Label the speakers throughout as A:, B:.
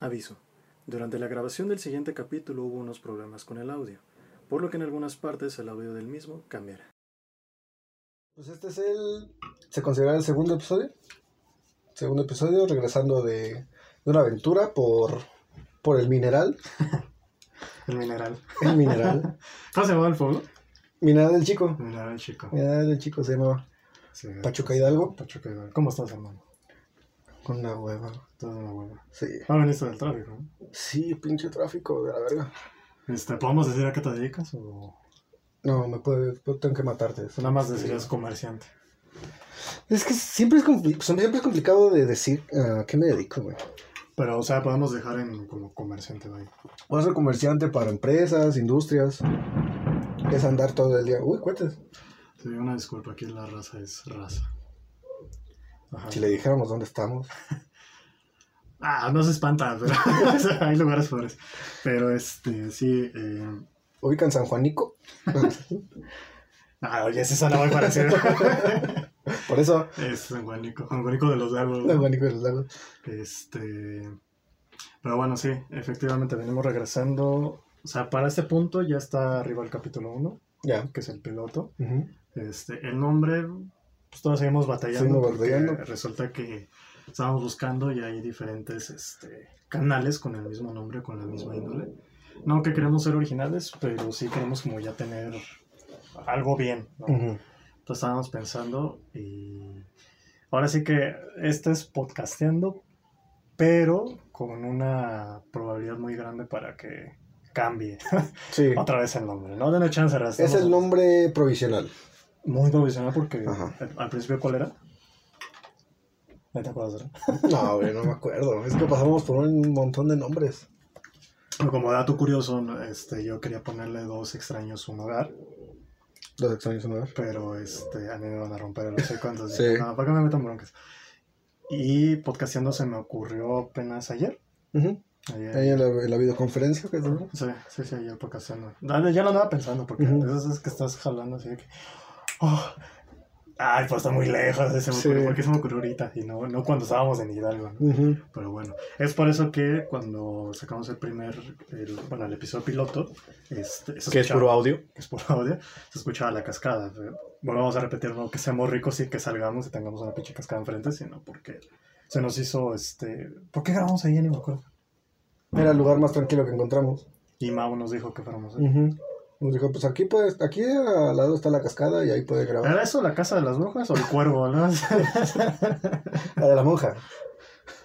A: Aviso. Durante la grabación del siguiente capítulo hubo unos problemas con el audio, por lo que en algunas partes el audio del mismo cambiará.
B: Pues este es el. Se considera el segundo episodio. Segundo episodio, regresando de, de una aventura por, por el mineral.
C: El mineral.
B: El mineral.
C: ¿Cómo se llamaba el pueblo?
B: Mineral del Chico.
C: Mineral chico.
B: Mineral del Chico se llamaba
C: Sí,
B: Pachuca Hidalgo.
C: Pachuca Hidalgo. ¿Cómo estás, hermano?
B: Con una hueva.
C: Todo una hueva.
B: Sí.
C: Ahora en esto del tráfico, ¿no?
B: Sí, pinche tráfico de la verga.
C: Este, ¿Podemos decir a qué te dedicas o este,
B: No, me puede. Tengo que matarte.
C: nada más decir es comerciante?
B: Es que siempre es, compli- siempre es complicado de decir ah, a qué me dedico, güey.
C: Pero, o sea, podemos dejar en como comerciante, güey.
B: Puedo ser comerciante para empresas, industrias. Es andar todo el día. Uy, cuentes.
C: Sí, una disculpa, aquí la raza es raza. Ajá.
B: Si le dijéramos dónde estamos.
C: Ah, no se espanta, pero o sea, hay lugares pobres. Pero, este, sí. Eh...
B: Ubican San Juanico.
C: Ah, oye, esa no va a parecer.
B: Por eso.
C: es San Juanico, San Juanico de los Lagos.
B: San Juanico de los Lagos.
C: Este. Pero bueno, sí, efectivamente venimos regresando. O sea, para este punto ya está arriba el capítulo 1,
B: Ya.
C: que es el piloto.
B: Ujú.
C: Este, el nombre, pues todos seguimos batallando.
B: Seguimos
C: porque
B: batallando.
C: Resulta que estábamos buscando y hay diferentes este, canales con el mismo nombre, con la misma índole. No que queremos ser originales, pero sí queremos como ya tener algo bien, ¿no?
B: Ujú.
C: Entonces estábamos pensando y ahora sí que este es podcasteando, pero con una probabilidad muy grande para que cambie
B: Sí.
C: otra vez el nombre. No denle chance, Raz,
B: Es el
C: estamos
B: nombre provisional.
C: Muy provisional porque
B: Ajá.
C: al- al principio ¿cuál era? ¿Ya te acuerdas? Raz?
B: No, güey, no me acuerdo. Es que pasamos por un montón de nombres.
C: Pero Como dato curioso, no, este, yo quería ponerle dos extraños un hogar,
B: Los extraños son ver.
C: pero este, a mí me van a romper el hocico, entonces
B: Sí.
C: dije, no, ¿para qué me metan broncas? Y podcasteando se me ocurrió apenas ayer.
B: Ujú.
C: Ayer,
B: Ahí en la, en la videoconferencia pues, que tuvimos.
C: Sí, sí, sí, yo por casarme. Dale, ya lo andaba pensando, porque
B: Ujú.
C: a veces es que estás jalando así de que. "Oh, ay, pues está muy lejos. Se me
B: Sí.
C: ocurrió, porque se me ocurrió ahorita y no, no cuando estábamos en Hidalgo. ¿no?
B: Ujú.
C: Pero bueno, es por eso que cuando sacamos el primer, el- bueno, el episodio piloto, este, se
B: Que es
C: escuchaba-
B: puro audio.
C: que es puro audio, se escuchaba la cascada. pero Volvamos a repetir, no que seamos ricos y que salgamos y tengamos una pinche cascada enfrente, sino porque se nos hizo este. ¿Por qué grabamos ahí? Ya Ni me acuerdo.
B: Era el lugar más tranquilo que encontramos.
C: Y Mau nos dijo que fuéramos ahí.
B: Ujú. Nos dijo, pues aquí puedes, aquí al lado está la cascada y ahí puedes grabar.
C: ¿Era eso la casa de las brujas o el cuervo? no?
B: La de la monja.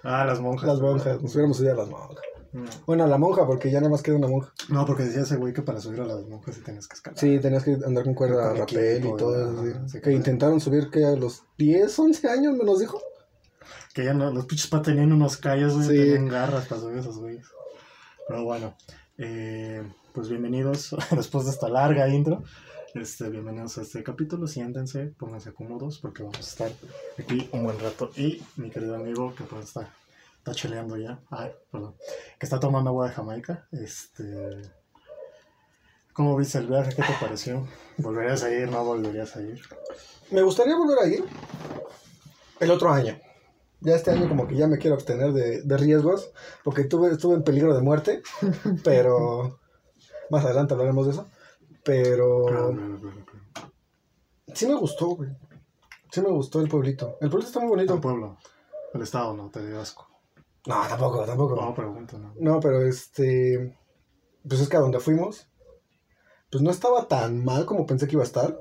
C: ah, las monjas.
B: Las monjas. Nos hubiéramos ido a las monjas.
C: No.
B: Bueno, a la monja, porque ya nada más queda una monja.
C: No, porque decía ese güey que para subir a las monjas sí tenías que escalar.
B: Sí, tenías que andar con cuerda
C: Con
B: rapel
C: equipo,
B: y todo
C: ajá,
B: eso. sí.
C: sí,
B: Que
C: claro.
B: intentaron subir que a los 10, 11 años, me nos dijo.
C: Que ya no, los pinches pa tenían unos callos, güey,
B: Sí.
C: tenían garras para subir esos güeyes. Pero bueno, eh, pues bienvenidos después de esta larga intro. Este, bienvenidos a este capítulo, siéntense, pónganse cómodos porque vamos a estar aquí un buen rato. Y mi querido amigo que pues está, está cheleando ya, ay, perdón, que está tomando agua de Jamaica. Este, ¿Cómo viste el viaje? ¿Qué te pareció? ¿Volverías a ir? ¿No volverías a ir?
B: Me gustaría volver a ir el otro año. Ya este año como que ya me quiero abstener de, de riesgos, porque tuve, estuve en peligro de muerte, pero más adelante hablaremos de eso.
C: Claro,
B: Pero
C: claro, claro, claro.
B: sí me gustó, güey. Sí me gustó el pueblito. El pueblito está muy
C: Tu
B: bonito.
C: pueblo, el estado, no, te dio asco.
B: No, tampoco,
C: Ah. No,
B: tampoco.
C: pregunto, no.
B: No, pero este... Pues es que a donde fuimos, pues no estaba tan mal como pensé que iba a estar.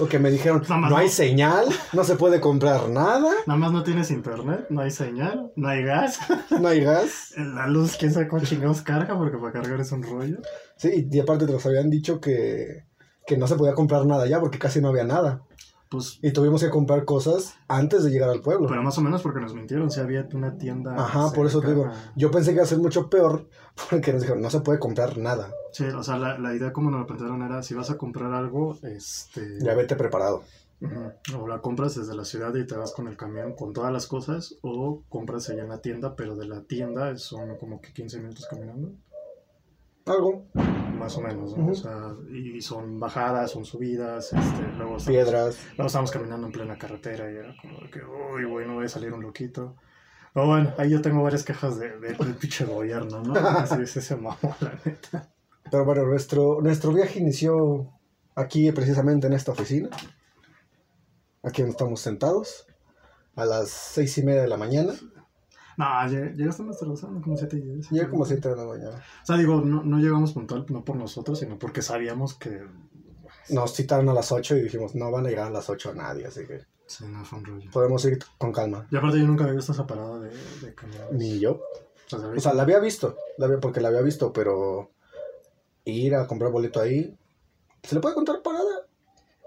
B: O que me dijeron,
C: Nada más
B: no hay
C: no".
B: señal, no se puede comprar nada,
C: Nada más no tienes internet, no hay señal, no hay gas.
B: no hay gas.
C: La luz, quién sabe cómo chingados carga, porque para cargar es un rollo.
B: Sí, y aparte te los habían dicho que, que no se podía comprar nada ya porque casi no había nada.
C: Pues,
B: Y tuvimos que comprar cosas antes de llegar al pueblo.
C: pero más o menos porque nos mintieron, si había una tienda.
B: Ajá, por eso te digo,
C: cercana.
B: yo pensé que iba a ser mucho peor porque nos dijeron, no se puede comprar nada.
C: Sí, o sea, la, la idea como nos lo plantearon era: si vas a comprar algo, este.
B: Ya vete preparado.
C: ujú, O la compras desde la ciudad y te vas con el camión con todas las cosas, o compras allá en la tienda, pero de la tienda son como que 15 minutos caminando.
B: Algo,
C: Más o menos, ¿no?
B: Ujú.
C: O sea, y son bajadas, son subidas, este, luego estamos-
B: piedras.
C: luego estábamos caminando en plena carretera y era como de que, uy, güey, no voy a salir un loquito. Pero bueno, ahí yo tengo varias quejas de- de- del pinche gobierno, ¿no? Así es ese mamón, la neta.
B: Pero bueno, nuestro, nuestro viaje inició aquí precisamente en esta oficina. Aquí donde estamos sentados. A las seis y media de la mañana.
C: No, lleg- llegaste más tarde, como siete y diez.
B: Llega como siete de la mañana.
C: O sea, digo, no, no llegamos puntual, no por nosotros, sino porque sabíamos que
B: Nos citaron a las 8 y dijimos, no van a llegar a las 8 nadie, así que
C: se no fue un rollo.
B: podemos ir con calma.
C: Y aparte yo nunca había visto esa parada de, de camiones.
B: Ni yo.
C: O sea,
B: O sea, la había visto, la había, porque la había visto, pero ir a comprar boleto ahí, ¿se le puede contar parada?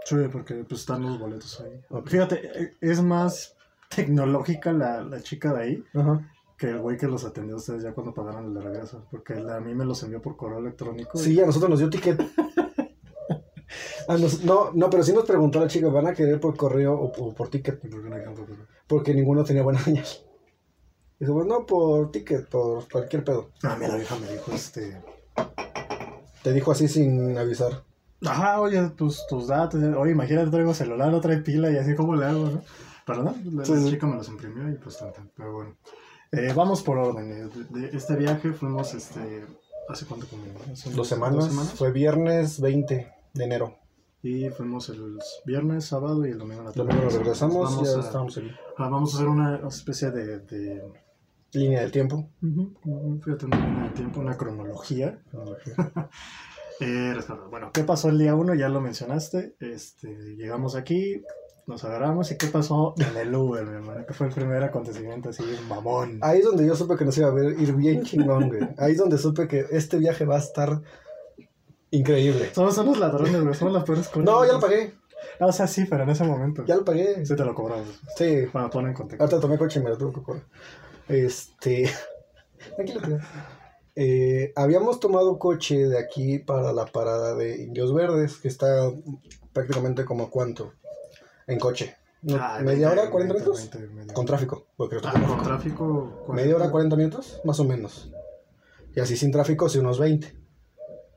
C: sí, porque pues están los boletos ahí.
B: Ok.
C: Fíjate, e- es más tecnológica la, la chica de ahí
B: Ajá.
C: que el güey que los atendió a ustedes ya cuando pagaron el de regreso. Porque él a mí me los envió por correo electrónico. y-
B: Sí, a nosotros nos dio ticket. A nos- no, no, pero sí nos preguntó la chica, ¿van a querer por correo o por, por ticket?
C: ¿Y por qué no dejaron por correo?
B: Porque ninguno tenía buena señal. Y dijimos, no, por ticket, por cualquier pedo.
C: Ah, mira, la vieja me dijo este...
B: Te dijo así sin avisar.
C: Ajá, oye, tus, tus datos. Oye, imagínate, traigo celular, no trae pila y así, ¿cómo le hago, no? Pero no, la,
B: Sí,
C: la
B: sí.
C: chica me los imprimió y pues tanto. Pero bueno, Eh, vamos por orden. eh, De, de este viaje fuimos, este, ¿hace cuánto comimos? Hace
B: Dos
C: unas-
B: semanas, fue viernes 20 de enero.
C: Y fuimos el viernes, sábado y el domingo. en la tarde.
B: Domingo nos regresamos y
C: Vamos,
B: ya
C: a,
B: estamos aquí.
C: ah, vamos a hacer una especie de, de
B: Línea del tiempo.
C: ujú, ujú, fíjate, una línea de tiempo, una cronología. Eh, rescatado. Bueno, ¿qué pasó el día 1? Ya lo mencionaste. Este, llegamos aquí, nos agarramos. ¿Y qué pasó en el Uber, mi hermano? Que fue el primer acontecimiento así, mamón.
B: Ahí es donde yo supe que nos iba a ver ir bien chingón, güey. Ahí es donde supe que este viaje va a estar increíble.
C: Somos unos ladrones, güey. Somos las peores cosas.
B: No, ya lo pagué.
C: Ah, o sea, sí, pero en ese momento.
B: Ya lo pagué.
C: Sí, te lo cobramos.
B: Sí.
C: Bueno, pon en contexto.
B: Ahorita tomé coche y me lo tuve que cobrar. Este. Tranquilo, tío. Eh, habíamos tomado coche de aquí para la parada de Indios Verdes, que está prácticamente como cuánto en coche. No,
C: Ah, 20,
B: ¿Media hora,
C: 20,
B: 40 minutos?
C: 20, media
B: Con
C: hora.
B: tráfico, porque lo
C: Ah,
B: tomamos.
C: con tráfico.
B: ¿Media hora, 40 minutos? Más o menos. Y así sin tráfico, sí, unos 20.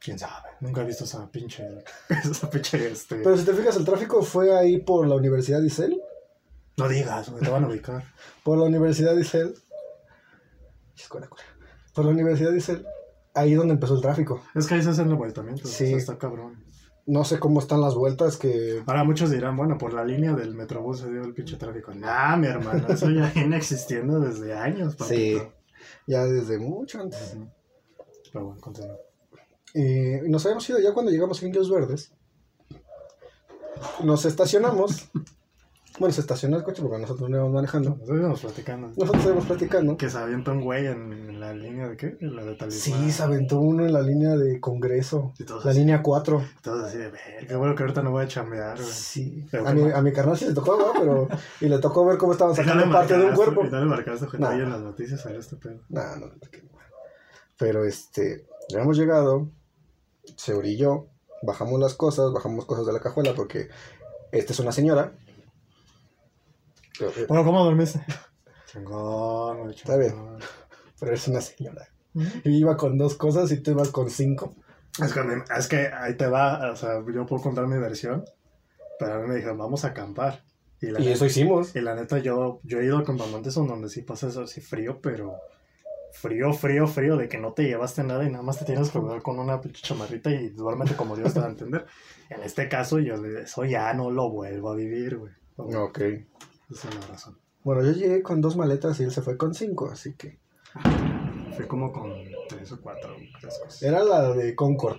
C: Quién sabe. Nunca he visto esa pinche. Esa pinche. Este...
B: Pero si te fijas, el tráfico fue ahí por la Universidad de Isel.
C: No digas, güey. Te van a ubicar.
B: Por la Universidad de Isel. Chiscora, cora. Por la Universidad de Isel. Ahí donde empezó el tráfico.
C: Es que ahí se hacen los vueltamientos.
B: Sí.
C: o sea, está cabrón.
B: No sé cómo están las vueltas que...
C: Ahora muchos dirán, bueno, por la línea del Metrobús se dio el pinche tráfico. Nah, mi hermano, eso ya viene existiendo desde años,
B: Sí.
C: papito.
B: Ya desde mucho antes.
C: Ujú. Pero bueno, continúa.
B: Eh, nos habíamos ido ya cuando llegamos a Indios Verdes. Nos estacionamos. bueno, se estacionó el coche porque nosotros no íbamos manejando.
C: Nosotros íbamos platicando.
B: Nosotros estábamos platicando.
C: Que se avienta un güey en, en la línea de qué? En la de Talismán.
B: Sí, se aventó uno en la línea de Congreso.
C: Y todos
B: La
C: así,
B: línea 4.
C: todos así de ver. Qué bueno que ahorita no voy a chambear, güey.
B: Sí.
C: Pero
B: A
C: qué
B: mi,
C: mal.
B: a mi carnal sí le tocó, ¿no? Pero. Y le tocó ver cómo estaban sacando parte de un cuerpo.
C: Y no le marcaste, gente,
B: Nah.
C: ahí en las noticias a ver este pedo.
B: Nah, no, qué mal. Pero este. Ya hemos llegado. Se orilló. Bajamos las cosas. Bajamos cosas de la cajuela porque. Esta es una señora. Pero,
C: Bueno, ¿cómo dormiste? Chingón, güey,
B: Está bien.
C: chingón.
B: pero es una señora.
C: Ujú.
B: Yo iba con dos cosas y tú ibas con cinco.
C: Es que, a mí- es que ahí te va, o sea, yo puedo contar mi versión, pero a mí me dijeron, vamos a acampar. Y la,
B: Y eso hicimos.
C: y la neta, yo, yo he ido a campamentos en donde sí pasa eso así frío, pero frío, frío, frío, de que no te llevaste nada y nada más te tienes que jugar con una pinche chamarrita y duérmete como Dios te va a entender. En este caso, yo le- eso ya no lo vuelvo a vivir, güey.
B: Ok.
C: Esa es la razón.
B: Bueno, yo llegué con dos maletas y él se fue con cinco, así que.
C: Fui como con tres o cuatro, tres cosas.
B: Era la de Concord.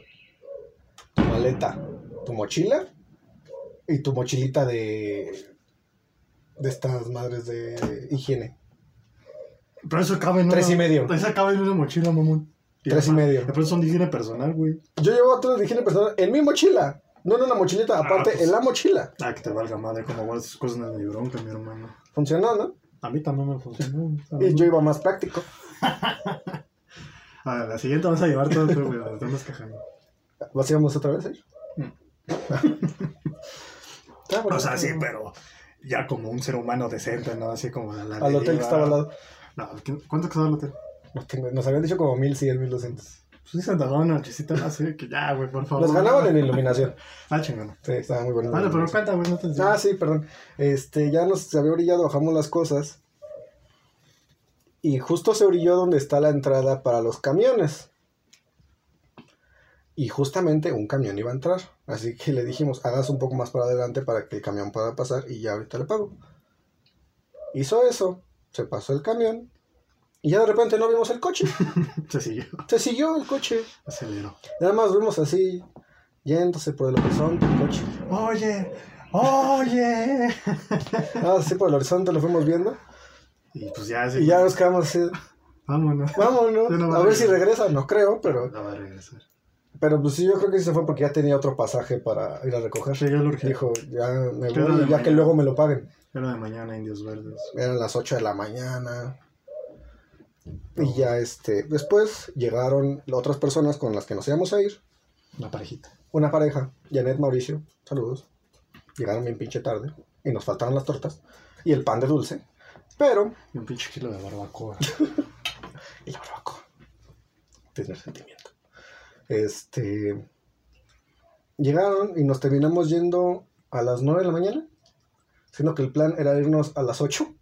B: Tu maleta, tu mochila y tu mochilita de. de estas madres de higiene.
C: Pero eso cabe en
B: Tres
C: una-
B: y medio.
C: Eso cabe en una mochila, mamón.
B: Tres y medio.
C: Pero son de higiene personal, güey.
B: Yo llevo todo de higiene personal en mi mochila. No en una mochilita, aparte,
C: pues.
B: en la mochila.
C: Ah, que te valga madre, como guardas tus cosas no es mi bronca, mi hermano.
B: Funcionó, ¿no?
C: A mí también me funcionó.
B: Y yo iba más práctico.
C: A ver, la siguiente vas a llevar todo tu güey, te andas quejando.
B: ¿Vas íbamos otra vez, eh?
C: Mm.
B: Ah, bueno.
C: O sea, sí, pero ya como un ser humano decente, ¿no? Así como a la
B: Al hotel
C: deriva.
B: que estaba al lado.
C: No, ¿qué- ¿cuánto costaba el hotel?
B: No tengo- Nos habían dicho como 1100, 1200.
C: Pues sí, se tardó una nochecita más, sí, que ya, güey, por favor.
B: Nos ganaban en iluminación.
C: Ah, chingón.
B: Sí, estaba muy bueno.
C: Vale, pero cuenta, güey, no te
B: Ah, sí, perdón. Este, ya nos se había brillado, bajamos las cosas. y justo se orilló donde está la entrada para los camiones. Y justamente un camión iba a entrar. Así que le dijimos, hagas un poco más para adelante para que el camión pueda pasar y ya ahorita le pago. Hizo eso, se pasó el camión y ya de repente no vimos el coche.
C: Se siguió,
B: Se siguió el coche.
C: aceleró.
B: Nada más vimos así, yéndose por el horizonte el coche.
C: ¡Oye! ¡Oye!
B: Nada más así Ah, por el horizonte lo fuimos viendo.
C: Y pues ya se.
B: Y ya nos quedamos así,
C: Vámonos.
B: vámonos.
C: Ya no va
B: A
C: a
B: ver si
C: regresar.
B: regresa, no creo, pero...
C: No va a regresar.
B: Pero pues sí, yo creo que sí se fue porque ya tenía otro pasaje para ir a recoger.
C: Sí, yo lo urgí.
B: Dijo, ya me
C: Pero de
B: voy, ya que
C: mañana.
B: luego me lo paguen.
C: Era de mañana, Indios Verdes.
B: Eran las 8 de la mañana. Y ya este, después llegaron otras personas con las que nos íbamos a ir.
C: Una parejita.
B: Una pareja, Janet Mauricio, saludos. Llegaron bien pinche tarde y nos faltaron las tortas y el pan de dulce. Pero,
C: Y un pinche kilo de barbacoa.
B: y la barbacoa. Tener sentimiento. Este. Llegaron y nos terminamos yendo a las 9 de la mañana. Siendo que el plan era irnos a las 8.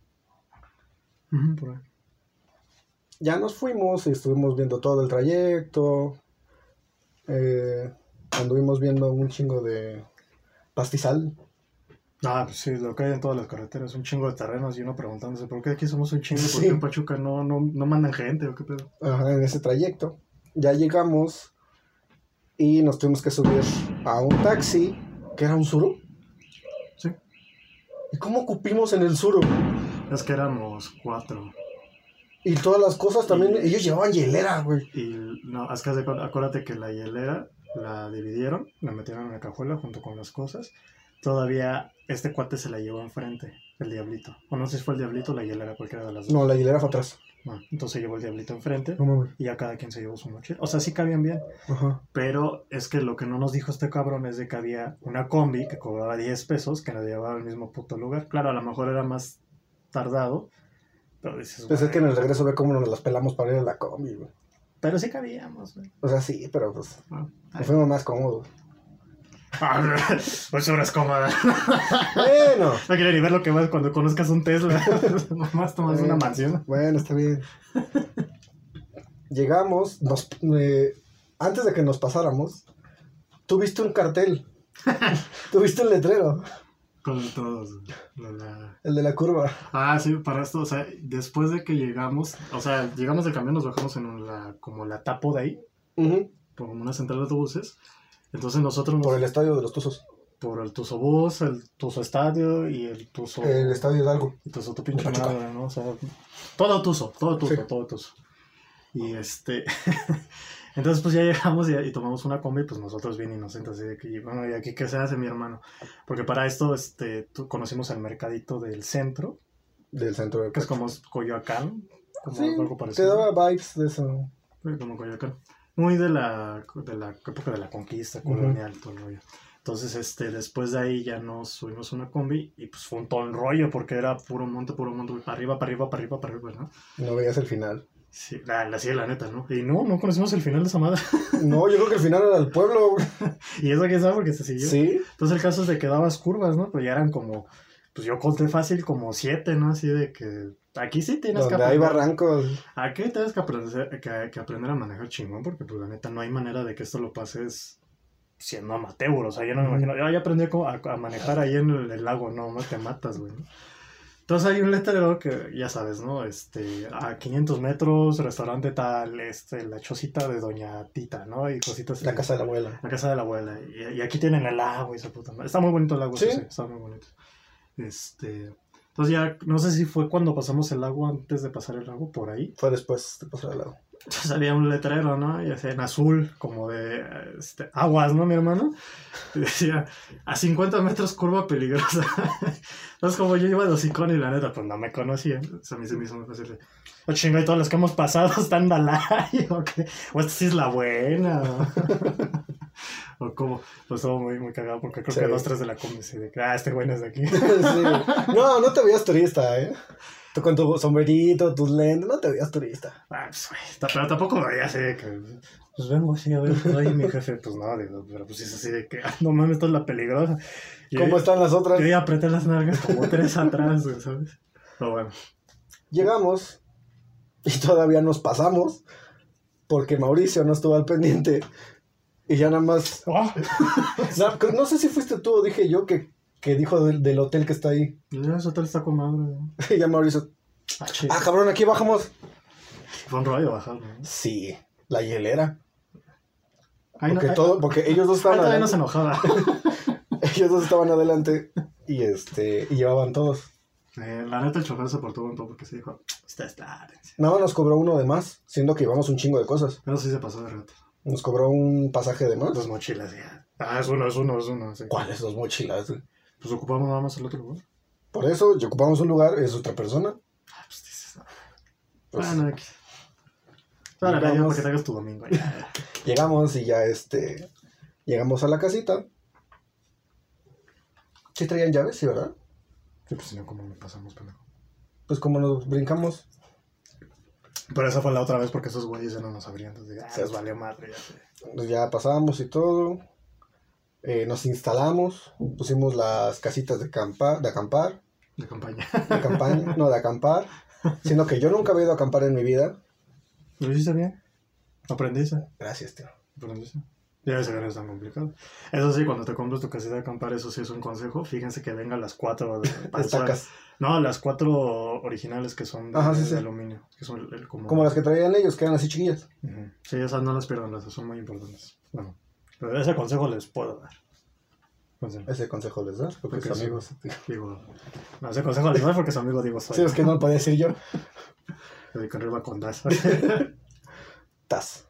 C: Ujú, por ahí.
B: ya nos fuimos y estuvimos viendo todo el trayecto. eh, anduvimos viendo un chingo de pastizal.
C: Ah, pues sí, lo que hay en todas las carreteras, un chingo de terrenos y uno preguntándose, ¿por qué aquí somos un chingo? ¿Por
B: Sí.
C: qué en Pachuca no, no, no mandan gente o qué pedo?
B: ajá, en ese trayecto. Ya llegamos y nos tuvimos que subir a un taxi que era un suru.
C: Sí.
B: ¿Y cómo cupimos en el suru?
C: Es que éramos cuatro.
B: Y todas las cosas también. Ellos llevaban hielera, güey.
C: Y no, es que haz de cu- acuérdate que la hielera la dividieron, la metieron en la cajuela junto con las cosas. Todavía este cuate se la llevó enfrente, el diablito. O no sé si fue el diablito o la hielera, cualquiera de las dos.
B: No, la hielera fue atrás.
C: Ah, entonces llevó el diablito enfrente
B: No mames.
C: y ya cada quien se llevó su mochila. O sea, sí cabían bien.
B: Ajá.
C: Pero es que lo que no nos dijo este cabrón es de que había una combi que cobraba 10 pesos que nos llevaba al mismo puto lugar. Claro, a lo mejor era más tardado, pero dices,
B: Pues es
C: "Güey".
B: que en el regreso ve cómo nos las pelamos para ir a la combi, güey.
C: Pero sí cabíamos, güey.
B: O sea, sí, pero pues.
C: Ah.
B: Nos fuimos más cómodos.
C: Ah, Ocho horas cómoda.
B: Bueno.
C: No quiero ni ver lo que vas cuando conozcas un Tesla. Nomás tomas una mansión.
B: Bueno, está bien. Llegamos, nos, eh, antes de que nos pasáramos, tuviste un cartel. tuviste un letrero,
C: Con todos. güey. La- la-
B: el de la curva.
C: Ah, sí, para esto, o sea, después de que llegamos, o sea, llegamos del camión, nos bajamos en la, como la tapo de ahí, como una central de autobuses. Entonces nosotros nos
B: Por el estadio de los Tuzos.
C: por el Tuzo Bus, el Tuzo Estadio y el Tuzo.
B: El estadio Hidalgo.
C: y Tuzo tu pinche
B: Pachuca.
C: madre, ¿no? O sea, todo Tuzo, todo Tuzo,
B: Sí.
C: todo Tuzo. Y este. Entonces, pues ya llegamos y, y tomamos una combi, pues nosotros bien inocentes, así de que, bueno, ¿y aquí qué se hace mi hermano? Porque para esto, este, tú- conocimos al mercadito del centro,
B: Del centro de
C: que es como Coyoacán, como
B: Pues, Sí,
C: algo
B: te
C: parecido.
B: daba vibes de eso.
C: Sí, Como Coyoacán. Muy de la, de la época de la conquista colonial, todo el rollo. Entonces, este, después de ahí ya nos subimos a una combi y pues fue un todo el rollo porque era puro monte, puro monte, para arriba, para arriba, para arriba, para arriba, ¿no?
B: No veías el final.
C: Sí, la, la, sí, la neta, ¿no? Y no, no conocimos el final de esa madre.
B: No, yo creo que el final era el pueblo. güey.
C: y eso que sabe porque se siguió.
B: Sí.
C: Entonces el caso es de que dabas curvas, ¿no? Pero ya eran como, pues yo conté fácil como siete, ¿no? Así de que aquí sí tienes que
B: Donde hay
C: aprender.
B: barrancos.
C: Aquí tienes que aprender, que, que aprender a manejar chingón, porque pues la neta no hay manera de que esto lo pases siendo amateur. O sea, yo no me
B: Ujú.
C: imagino. Yo ya aprendí cómo- a, a manejar ahí en el, el lago, no, no te matas, güey. ¿no? Entonces hay un letrero que, ya sabes, ¿no? Este, a 500 metros, restaurante tal, este, la chocita de Doña Tita, ¿no? Y cositas
B: La
C: así.
B: casa de la abuela.
C: La casa de la abuela. Y, y aquí tienen el lago y esa puta madre. Está muy bonito el lago, sí,
B: Sí.
C: sí, está muy bonito. Este. Entonces ya, no sé si fue cuando pasamos el lago, antes de pasar el lago, por ahí.
B: Fue después de pasar al lado.
C: Entonces había un letrero, ¿no? Y decía en azul, como de este, aguas, ¿no, mi hermano? Y decía, a 50 metros curva peligrosa. Entonces, como yo iba de hocicón y la neta, pues no me conocía. O sea, a mí se me hizo muy fácil de, oh, chinga, y todas las que hemos pasado están balay, o qué, o esta sí es la buena. O, o como, pues todo muy, muy cagado, porque creo que
B: Sí.
C: dos, tres de la combi, así de, que, ah, este güey no es de aquí.
B: Sí. No, no te veías turista, ¿eh? Tú con tu sombrerito, tus lentes, no te veías turista.
C: Ah, pues, güey, ta- pero tampoco lo veía así de que. Pues vengo así a ver, pues, ahí mi jefe, pues no, digo, pero pues es así de que, ah, no mames, esta es la peligrosa. Y
B: ¿Cómo
C: yo-
B: están las otras?
C: Yo ya apreté las nalgas como tres atrás, güey, ¿sabes? Pero bueno,
B: Llegamos y todavía nos pasamos porque Mauricio no estuvo al pendiente y ya nada más...
C: ¡Ah!
B: na- creo- no sé si fuiste tú o dije yo que, que dijo del, del hotel que está ahí.
C: No, Ese hotel está con madre. ¿no?
B: Y ya Mauricio,
C: Ah, chido.
B: ah, cabrón, aquí bajamos.
C: Fue un rollo bajar, ¿no?
B: Sí, la hielera.
C: Ahí no-
B: Porque,
C: ahí-
B: todo, porque ellos dos
C: ahí
B: estaban
C: todavía no se
B: adelante,
C: enojaba.
B: ellos dos estaban adelante y, este, y llevaban todos.
C: Eh, la neta, el chofer se portó un poco porque se dijo, ustedes tárense.
B: Nada más nos cobró uno de más, siendo que llevamos un chingo de cosas.
C: Pero sí se pasó de rato.
B: Nos cobró un pasaje de más.
C: Dos mochilas ya. Ah, es uno, es uno, es uno. sí.
B: ¿Cuáles dos mochilas? güey?
C: Pues ocupamos nada más el otro lugar.
B: Por eso, ya ocupamos un lugar, es otra persona.
C: Ah, pues dices, no.
B: Pues,
C: bueno, aquí. Para la
B: Llegamos.
C: para que te hagas tu domingo. ya.
B: Llegamos y ya este. Llegamos a la casita. Sí traían llaves, sí, ¿verdad?
C: Sí, pues si no, ¿cómo me pasamos, pendejo?
B: Pues como nos brincamos.
C: Pero esa fue la otra vez porque esos güeyes ya no nos abrían. Entonces, ya, se les valió madre, ya sé.
B: pues ya pasamos y todo. eh, nos instalamos. Pusimos las casitas de, campa- de acampar.
C: De campaña.
B: De campaña. no, de acampar. Sino que yo nunca había ido a acampar en mi vida.
C: ¿Lo hiciste bien? ¿Aprendiste?
B: Gracias, tío.
C: ¿Aprendiste? Ya ves que no es tan complicado. Eso sí, cuando te compras tu casita de acampar, eso sí es un consejo. Fíjense que venga a las cuatro de
B: Estacas.
C: No, las cuatro originales que son de,
B: Ajá, sí,
C: de
B: sí.
C: aluminio. Que son el- el como...
B: Como las que traían ellos, que eran así chiquillas.
C: Ujú. Sí, esas no las pierdan, las son muy importantes. Bueno, pero ese consejo les puedo dar. Consejo.
B: Ese consejo les das, porque
C: Porque
B: son
C: sí.
B: amigos.
C: Digo, no, ese consejo les doy porque su amigo digo soy.
B: Sí, es que no lo podía decir yo.
C: De que arriba con das.
B: Tas.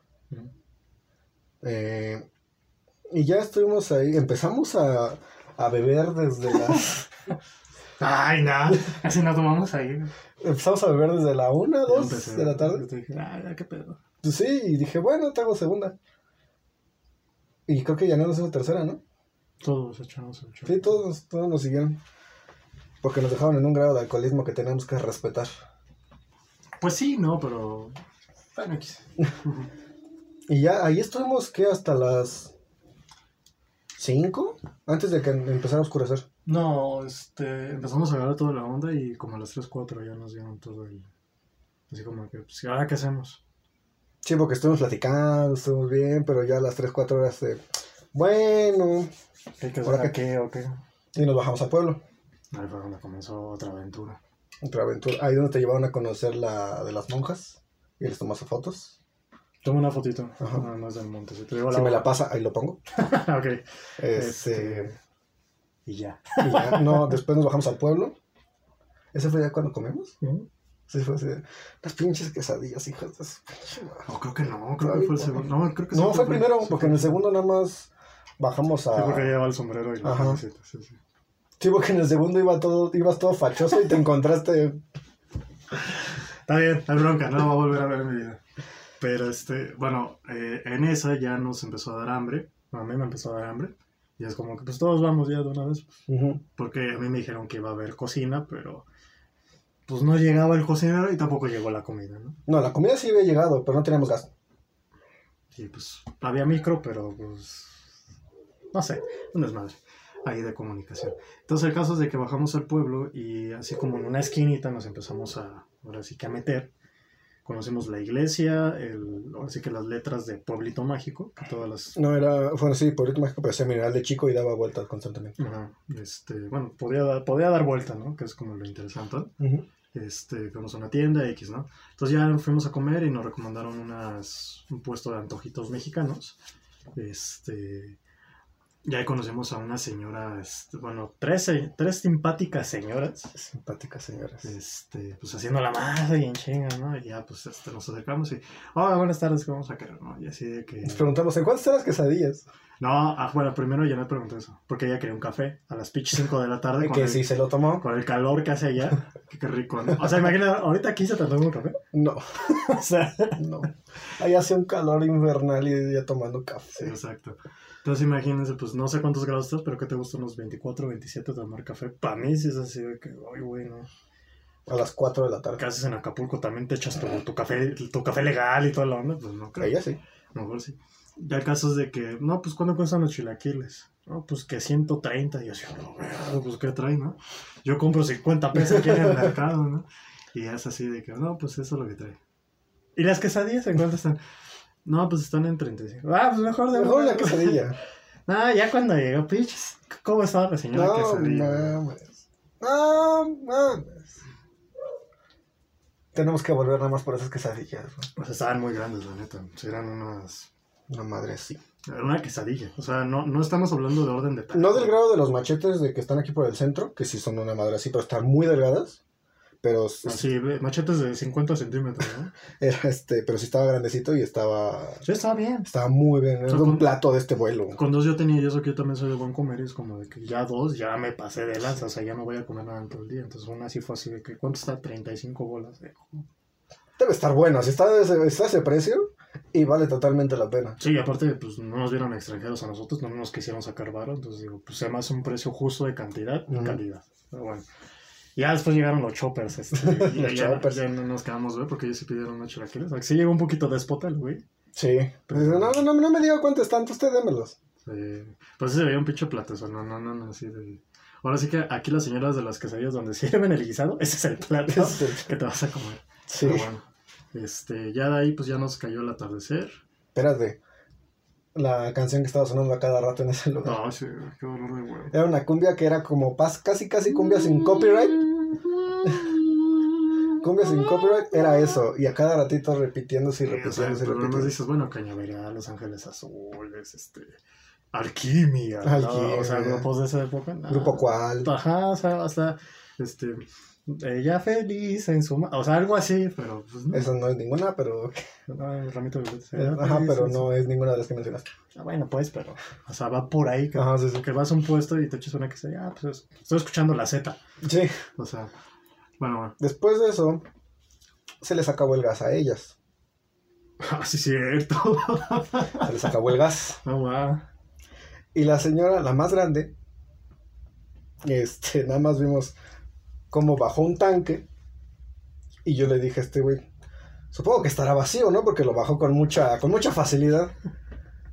B: Eh, y ya estuvimos ahí, empezamos a, a beber desde las...
C: Ay, nada. Así nos tomamos ahí.
B: empezamos a beber desde la una,
C: Yo
B: dos
C: empecé,
B: de la tarde.
C: yo te dije, ah, ya, qué pedo.
B: Pues Sí, y dije, bueno, te hago segunda. Y creo que ya no nos hizo tercera, ¿no?
C: Todos echamos el chorro.
B: Sí, todos, nos- todos nos siguieron. Porque nos dejaron en un grado de alcoholismo que tenemos que respetar.
C: Pues sí, no, pero. Bueno, aquí sí.
B: Y ya ahí estuvimos, que Hasta las... ¿Cinco? Antes de que em-, empezara a oscurecer.
C: No, este. Empezamos a agarrar toda la onda y como a las 3, 4 ya nos dieron todo el. Así como que, pues, ¿y ahora qué hacemos?
B: Sí, porque estuvimos platicando, estuvimos bien, pero ya a las 3, 4 horas de... Bueno,
C: ¿Qué hay que
B: ¿Ahora
C: hacer? qué o qué?
B: y nos bajamos a pueblo.
C: Ahí fue donde comenzó otra aventura.
B: Otra aventura. Ahí donde te llevaron a conocer la de las monjas y les tomaste fotos.
C: Toma una fotito,
B: Ajá.
C: nada más del monte. Si te digo la
B: si me la
C: hora.
B: pasa, ahí lo pongo.
C: ok.
B: Este,
C: Y ya.
B: y ya, no, después nos bajamos al pueblo. ¿Ese fue ya cuando comimos? Sí, fue así. de, Las pinches quesadillas, hijas de su pinche madre".
C: No, creo que no, creo que fue el segundo. No, creo que sí
B: No, pues fue el primero,
C: sí
B: porque
C: fue
B: en el segundo nada más bajamos
C: Sí, porque
B: a...
C: llevaba el sombrero y la
B: Ajá.
C: camiseta. Sí, sí.
B: Sí, porque en el segundo iba todo, ibas todo fachoso y te encontraste...
C: Está bien, hay bronca, no lo voy a volver a ver en mi vida. Pero este, bueno, eh, en esa ya nos empezó a dar hambre. Bueno, a mí me empezó a dar hambre. Y es como que pues todos vamos ya de una vez.
B: Ujú.
C: Porque a mí me dijeron que iba a haber cocina, pero pues no llegaba el cocinero y tampoco llegó la comida, ¿no?
B: No, la comida sí había llegado, pero no teníamos gas.
C: Y pues había micro, pero pues. No sé, un desmadre ahí de comunicación. Entonces el caso es de que bajamos al pueblo y así como en una esquinita nos empezamos a, ahora sí que a meter. Conocimos la iglesia, el, ahora sí que las letras de Pueblito Mágico, que todas las...
B: No, era, bueno, sí, por mágico, pero ese mineral de chico y daba vueltas constantemente.
C: Ajá, este, bueno, podía dar, podía dar vuelta, ¿no? Que es como lo interesante. este, fuimos a una tienda X, ¿no? Entonces ya fuimos a comer y nos recomendaron unas, un puesto de antojitos mexicanos. Este, ya ahí conocemos a una señora, este, bueno, tres, se- tres simpáticas señoras,
B: Simpáticas señoras.
C: este, pues haciendo la masa y en chinga, ¿no? Y ya pues este, nos acercamos y, hola, buenas tardes, ¿qué vamos a querer, no? Y así de que...
B: Les preguntamos, ¿en cuánto están las quesadillas?
C: No, ah, bueno, primero yo no pregunté eso, porque ella quería un café a las pinches 5 de la tarde Ah, con,
B: Que
C: el,
B: si se lo tomó.
C: con el calor que hace allá. Qué qué rico, ¿no? O sea, imagina, ahorita aquí se te toma un café.
B: No,
C: O sea,
B: no. Ahí hacía un calor invernal y ya tomando
C: sí,
B: café.
C: exacto. Entonces imagínense, pues no sé cuántos grados estás, pero que te gustan los 24, 27 tomar café. Para mí sí es así de que, ay, güey, no.
B: A las 4 de la tarde.
C: ¿Qué haces en Acapulco? ¿También te echas tu, tu café tu café legal y toda la onda? Pues no creo.
B: Ella sí.
C: A lo mejor sí. Ya el caso es de que, no, pues ¿cuánto cuestan los chilaquiles? No, pues que 130. Y yo así, "No, verga, pues ¿qué trae, no? Yo compro 50 pesos aquí en el mercado, ¿no? Y es así de que, no, pues eso es lo que trae. ¿Y las quesadillas en cuánto están? No, pues están en 35. Ah, pues mejor de
B: Mejor la quesadilla.
C: No, ya cuando llegó, pinches. ¿Cómo estaba la señora
B: No
C: quesadilla?
B: mames. No mames. Tenemos que volver nada más por esas quesadillas. güey.
C: O sea, estaban muy grandes, la neta. Sí, Eran unas.
B: No madre, sí.
C: Era una quesadilla. O sea, no, no estamos hablando de orden de talla.
B: No del grado de los machetes de que están aquí por el centro, que sí son una madre así, pero están muy delgadas. Pero, s-
C: Así, ve, machetes de 50 centímetros, ¿no?
B: era este, pero sí estaba grandecito y estaba.
C: Sí, estaba bien.
B: Estaba muy bien. Era
C: sea,
B: un
C: con-
B: plato de este vuelo.
C: Con dos yo tenía, y eso que yo también soy de buen comer, y es como de que ya dos, ya me pasé de lanza, o sea, ya no voy a comer nada en todo el día. Entonces, una así fue así de que, ¿cuánto está? 35 bolas. de-
B: Debe estar bueno. Si está, ese- está ese precio y vale totalmente la pena.
C: Sí, y aparte, pues no nos vieron extranjeros a nosotros, no nos quisieron sacar varo, entonces digo, pues sea más un precio justo de cantidad y
B: Ujú.
C: calidad. Pero bueno. Ya después llegaron los choppers, este, y
B: Los
C: ya,
B: choppers.
C: ya no nos quedamos, güey, porque ellos sí pidieron una chilaquiles. Aquí sí llegó un poquito déspota el güey.
B: Sí. Pues Dice, no, no, no me diga cuántos tanto, usted démelos.
C: Sí, pues sí se veía un pinche plato, eso, no, no, no, no, así de... Ahora sí que aquí las señoras de las quesadillas donde sirven el guisado, ese es el plato que te vas a comer.
B: Este, Sí.
C: Pero bueno, este, ya de ahí pues ya nos cayó el atardecer.
B: Espérate. La canción que estaba sonando a cada rato en ese lugar.
C: No, sí, qué dolor de huevo.
B: Era una cumbia que era como pas- casi, casi cumbia
C: Mm.
B: sin copyright. cumbia sin copyright era eso. Y a cada ratito repitiéndose y
C: Sí, o sea,
B: repitiéndose y
C: pero además
B: repitiéndose.
C: dices, bueno, Cañaveral, Los Ángeles Azules, este, Alquimia, ¿no?
B: Alquimia.
C: o sea, grupos de esa época. nada.
B: Grupo cual.
C: Ajá, o sea, hasta, este, ella feliz en su... ma- O sea, algo así, pero pues no.
B: Esa no es ninguna, pero.
C: No, el ramito de violetas, ella
B: Ajá,
C: feliz
B: pero
C: en su-
B: no es ninguna de las que mencionaste.
C: Ah, Bueno, pues, pero, o sea, va por ahí, que,
B: Ajá, sí, sí.
C: que vas a un puesto y te echas una que se ah, pues, estoy escuchando la Z,
B: Sí.
C: o sea, bueno, bueno.
B: Después de eso, se les acabó el gas a ellas.
C: Ah, sí, cierto.
B: Se les acabó el gas.
C: No, va.
B: Y la señora, la más grande, este, nada más vimos cómo bajó un tanque. Y yo le dije a este güey, supongo que estará vacío, ¿no? Porque lo bajó con mucha, con mucha facilidad.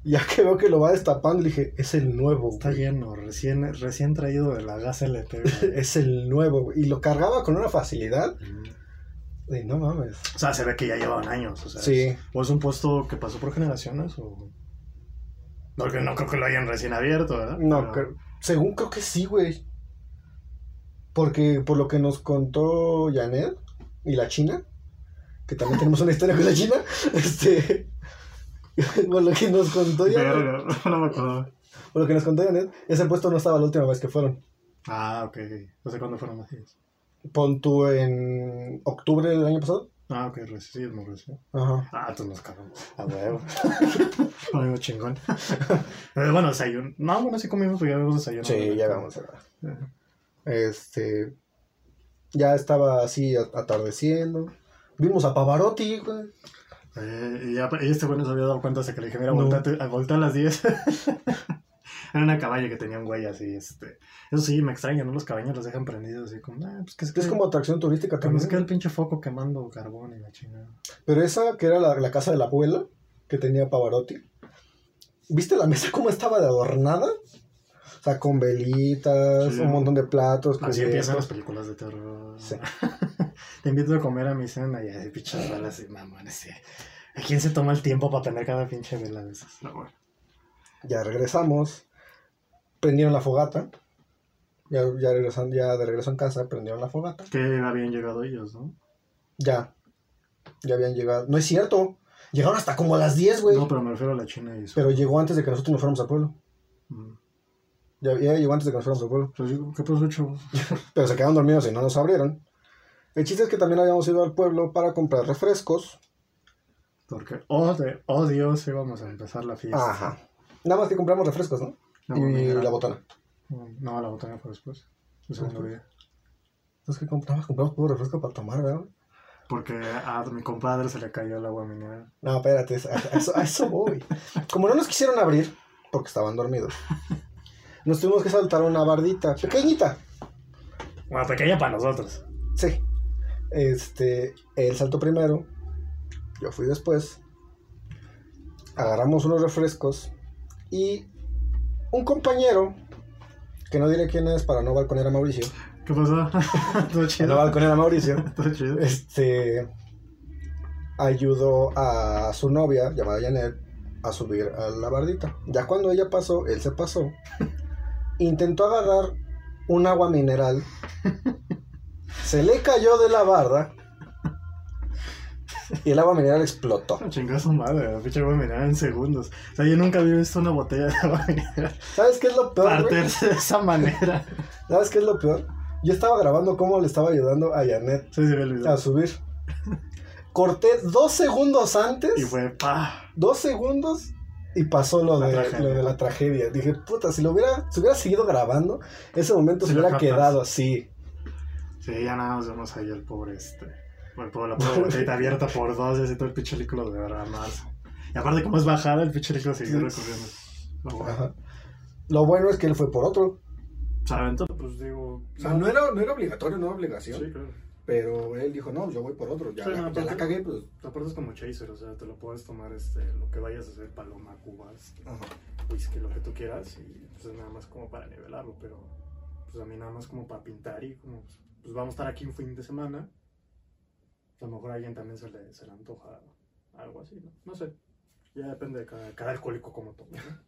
B: Y Ya que veo que lo va destapando, le dije, es el nuevo,
C: Está
B: güey.
C: lleno, recién, recién traído de la gas LT. güey.
B: Es el nuevo, güey. Y lo cargaba con una facilidad. Y no mames.
C: O sea, se ve que ya llevan años. O sea,
B: Sí.
C: es- o es un puesto que pasó por generaciones o... No, que no creo que lo hayan recién abierto, ¿verdad?
B: No,
C: Pero-
B: cre- según creo que sí, güey. Porque por lo que nos contó Janet y la China, que también tenemos una historia con la China, este. por lo que nos contó Janet,
C: Verga, no me acuerdo.
B: por lo que nos contó Janet, ese puesto no estaba la última vez que fueron.
C: Ah, ok. No sé cuándo fueron así.
B: Pon tú en octubre del año pasado.
C: Ah, ok, recién, sí, muy recién.
B: Ajá.
C: Ah, tú nos cagamos. A huevo. Algo chingón. Pero Eh, bueno, desayuno. No, bueno, sí comimos, pero ya habíamos desayunado.
B: Sí, ya vamos a Este. Ya estaba así a- atardeciendo. Vimos a Pavarotti, güey.
C: Eh, y, ya, y este güey no se había dado cuenta hasta que le dije, mira,
B: No.
C: volteate- a voltea a las 10. Era una cabaña que tenía un güey así, este. Eso sí, me extraña, ¿no? Los cabañas los dejan prendidos así como, ah, pues que es que
B: Es como atracción turística
C: que nos
B: también.
C: queda el pinche foco quemando carbón y la chingada.
B: Pero esa que era la, la casa de la abuela, que tenía Pavarotti, ¿viste la mesa cómo estaba de adornada? O sea, con velitas,
C: Sí.
B: un montón de platos.
C: Así
B: cubiertos.
C: empiezan las películas de terror.
B: Pues Sí.
C: Te invito a comer a mi cena y así pinches velas y mamón, ese. ¿A quién se toma el tiempo para tener cada pinche vela de esas? No, bueno.
B: Ya regresamos, prendieron la fogata. Ya, ya, regresan, ya de regreso en casa, prendieron la fogata.
C: Que habían llegado ellos, ¿no?
B: Ya, ya habían llegado. No es cierto, llegaron hasta como a las 10, güey.
C: No, pero me refiero a la China y su.
B: Pero llegó antes de que nosotros nos fuéramos al pueblo.
C: Mm.
B: Ya, ya llegó antes de que nos fuéramos al pueblo.
C: Pues digo, ¿qué pasó, chavos?
B: pero se quedaron dormidos y no nos abrieron. El chiste es que también habíamos ido al pueblo para comprar refrescos.
C: Porque, oh, de- oh Dios, íbamos a empezar la fiesta.
B: Ajá. Nada más que compramos refrescos, ¿no?
C: No,
B: y
C: mira.
B: la botana.
C: No, la botana fue después. El segundo día.
B: Entonces, que compramos? Compramos puro refresco para tomar, ¿verdad?
C: Porque a mi compadre se le cayó el agua mineral.
B: No, espérate, a, a eso, a eso voy. Como no nos quisieron abrir, porque estaban dormidos, nos tuvimos que saltar una bardita, pequeñita.
C: Bueno, pequeña para nosotros.
B: Sí. Este, él saltó primero, yo fui después. Agarramos unos refrescos y un compañero, que no diré quién es para no balconear a Mauricio,
C: ¿Qué pasó? Todo
B: no
C: chido.
B: balconear a Mauricio,
C: Todo chido.
B: este, ayudó a su novia, llamada Janet, a subir a la bardita. Ya cuando ella pasó, él se pasó. Intentó agarrar un agua mineral. Se le cayó de la barda. Y el agua mineral explotó.
C: No, chingó a su madre, la pinche agua mineral en segundos. O sea, yo nunca había visto una botella de agua mineral
B: ¿Sabes qué es lo peor? güey?
C: partirse de esa manera.
B: ¿Sabes qué es lo peor? Yo estaba grabando cómo le estaba ayudando a Janet
C: Sí, se ve el video.
B: a subir. Corté dos segundos antes.
C: Y fue pa.
B: dos segundos y pasó lo
C: La
B: de,
C: tragedia.
B: lo de la tragedia. Dije, puta, si lo hubiera, si hubiera seguido grabando, ese momento
C: Si
B: se
C: lo
B: hubiera
C: captas.
B: quedado así.
C: Sí, ya nada más vemos ahí al pobre este. Bueno, pobre, la pobre botella abierta por dos y así todo el pinche líquido de ramas. Y aparte, como es bajada, el pinche líquido siguió recorriendo. No, bueno.
B: Ajá. Lo bueno es que él fue por otro.
C: ¿Saben? Entonces, pues digo.
D: O sea, no era, no era obligatorio, no era obligación.
C: Sí, claro.
D: Pero él dijo, no, yo voy por otro. Ya,
C: Sí,
D: la,
C: no,
D: ya la
C: aparte-
D: cagué, pues.
C: Aparte es como chaser, o sea, te lo puedes tomar este, lo que vayas a hacer, paloma, este, cubas,
D: ajá.
C: whisky, lo pues, que tú quieras, y pues es nada más como para nivelarlo, pero pues a mí nada más como para pintar y como, pues, pues, vamos a estar aquí un fin de semana, a lo mejor a alguien también se le, se le antoja algo así, ¿no? No sé, ya depende de cada, cada alcohólico como tome, ¿no?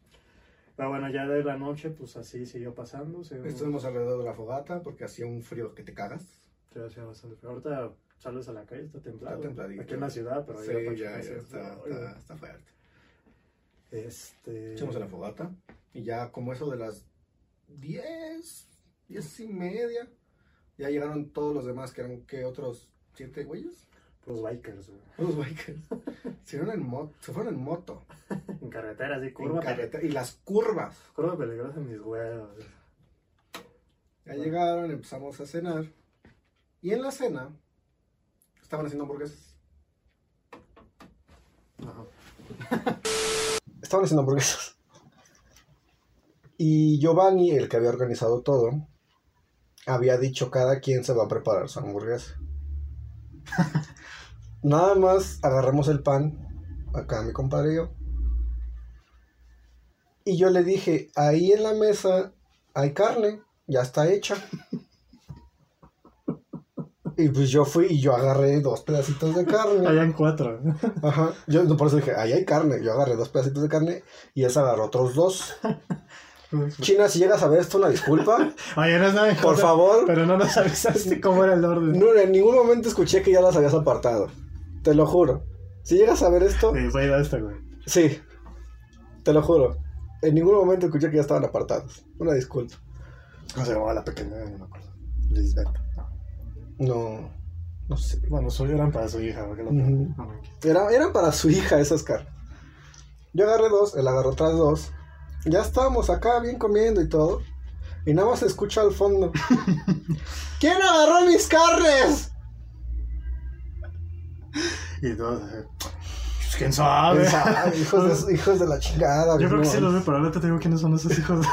C: Pero bueno, ya de la noche, pues así siguió pasando, se,
D: Estuvimos alrededor de la fogata porque hacía un frío que te cagas.
C: se hacía bastante frío. Ahorita sales a la calle, está templado,
D: Está templadito.
C: aquí en la ciudad, pero
D: sí,
C: allá en
D: ya,
C: Pachuca
D: ya,
C: sí es
D: está,
C: frío.
D: está, está fuerte.
C: Este...
D: Echamos a la fogata y ya como eso de las 10, 10 y media, ya llegaron todos los demás que eran, que otros? ¿Siete güeyes?
C: Los bikers, güey.
D: Los bikers. se, fueron en moto, se fueron en moto.
C: En carretera, así,
D: en
C: curva, peligrosa
D: carretera, y las curvas.
C: curva peligrosa, mis huevos.
D: Ya llegaron, empezamos a cenar. Y en la cena, estaban haciendo hamburguesas.
C: Ajá.
B: Estaban haciendo hamburguesas. Y Giovanni, el que había organizado todo, había dicho cada quien se va a preparar su hamburguesa. Nada más agarramos el pan, acá mi compadre y yo. Y yo le dije, ahí en la mesa hay carne, ya está hecha. Y pues yo fui y yo agarré dos pedacitos de carne.
C: Hayan cuatro.
B: Ajá. Yo no, por eso dije, ahí hay carne. Yo agarré dos pedacitos de carne y él se agarró otros dos. China, si llegas a ver esto, una disculpa.
C: Oye, no saben
B: Por favor.
C: Pero no nos avisaste cómo era el orden.
B: No, en ningún momento escuché que ya las habías apartado. Te lo juro. Si llegas a ver esto,
C: Sí, fue idea esta, güey.
B: sí. Te lo juro. En ningún momento escuché que ya estaban apartados. Una disculpa.
C: ¿Cómo se llamaba la pequeña? No me acuerdo. Lisbeth.
B: No. No sé.
C: Bueno, suyo eran para su hija, porque la Ah,
B: Ujú.
C: No, manches.
B: Era, eran para su hija esas carnes. Yo agarré dos, él agarró otras dos. Ya estábamos acá bien comiendo y todo. Y nada más se escucha al fondo. ¿Quién agarró mis carnes?
C: Y todos así. "Pues, ¿Quién sabe?
B: Pensaba, hijos, de, hijos de la chingada.
C: Yo creo que
B: no.
C: sí los vi, pero ahorita te digo quiénes son esos hijos.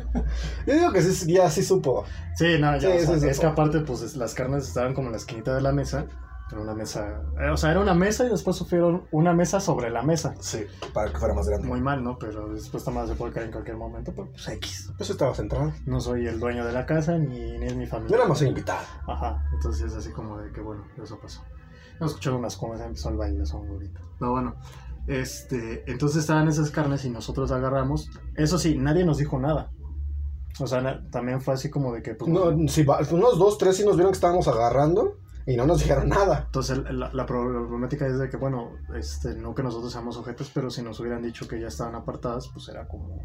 B: Yo digo que sí, ya sí supo.
C: Sí, no, ya,
B: Sí,
C: o
B: sí,
C: sea,
B: sí.
C: es que aparte, pues es- las carnes estaban como en la esquinita de la mesa. Era una mesa, eh, o sea, era una mesa y después sufrieron una mesa sobre la mesa.
B: Sí, para que fuera más grande.
C: Muy mal, ¿no? Pero después más se puede caer en cualquier momento, pero pues X.
B: Eso estaba centrado.
C: No soy el dueño de la casa ni, ni es mi
B: Yo
C: familia.
B: nada más soy invitado.
C: Ajá, entonces así como de que bueno, eso pasó. No escucharon unas cosas, empezó el baile, son ahorita. Pero bueno, este, entonces estaban esas carnes y nosotros agarramos. Eso sí, nadie nos dijo nada. O sea, na- también fue así como de que... Pues,
B: No, sí, va- unos dos, tres sí nos vieron que estábamos agarrando y no nos dijeron nada.
C: Entonces el- la, la problemática es de que, bueno, este, no que nosotros seamos objetos, pero si nos hubieran dicho que ya estaban apartadas, pues era como,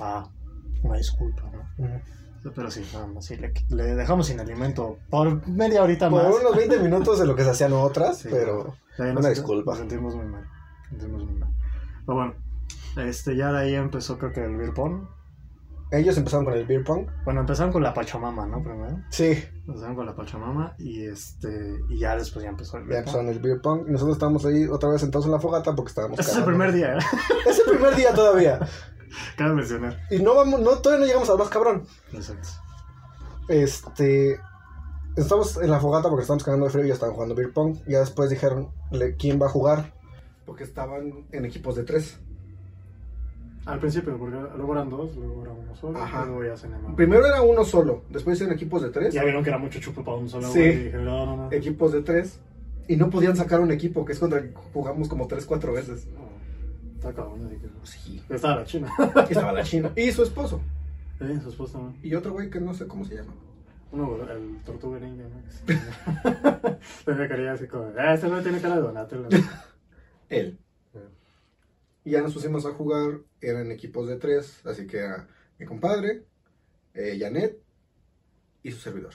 C: ah, una disculpa, ¿no? Pero sí, nada más, sí, le, le dejamos sin alimento por media horita
B: Por
C: más.
B: unos 20 minutos de lo que se hacían otras,
C: Sí,
B: pero...
C: De ahí
B: Una disculpa.
C: Nos sentimos muy mal, nos sentimos muy mal. Pero bueno, este, ya de ahí empezó creo que el beer pong.
B: Ellos empezaron con el beer pong.
C: Bueno, empezaron con la Pachamama, ¿no? Primero.
B: Sí,
C: Empezaron con la Pachamama y este, y ya después ya empezó el
B: ya
C: beer pong.
B: empezaron el beer pong. y Nosotros estábamos ahí otra vez sentados en la fogata porque estábamos.
C: Este es el
B: cagando.
C: primer día,
B: Es el primer día todavía.
C: cabe mencionar.
B: Y no vamos, no, todavía no llegamos al más cabrón.
C: Exacto.
B: Este. Estamos en la fogata porque estamos cagando de frío y ya estaban jugando beer pong. Ya después dijeron le- quién va a jugar.
D: Porque estaban en equipos de tres.
C: Al principio, porque luego eran dos, luego era uno solo,
D: Ajá.
C: luego ya se animaron.
D: Primero era uno solo, después en equipos de tres.
C: Ya vieron que era mucho chupo para un solo,
D: Sí.
B: Eh.
C: güey, y dije, no, no, no.
D: Equipos de tres.
E: Y no podían sacar un equipo, que es contra el que jugamos como 3-4 veces.
C: Está cabrón. de que-
E: Sí.
C: Estaba la china.
E: Aquí estaba la China. Y su esposo.
C: Eh, su esposa también.
E: Y otro güey que no sé cómo se llama.
C: Uno, el tortuga ninja, ¿no? Se me quería así como, ah, este no tiene cara de Donatello.
E: Él. Y ya nos pusimos a jugar, eran equipos de tres, así que era mi compadre, eh, Janet y su servidor.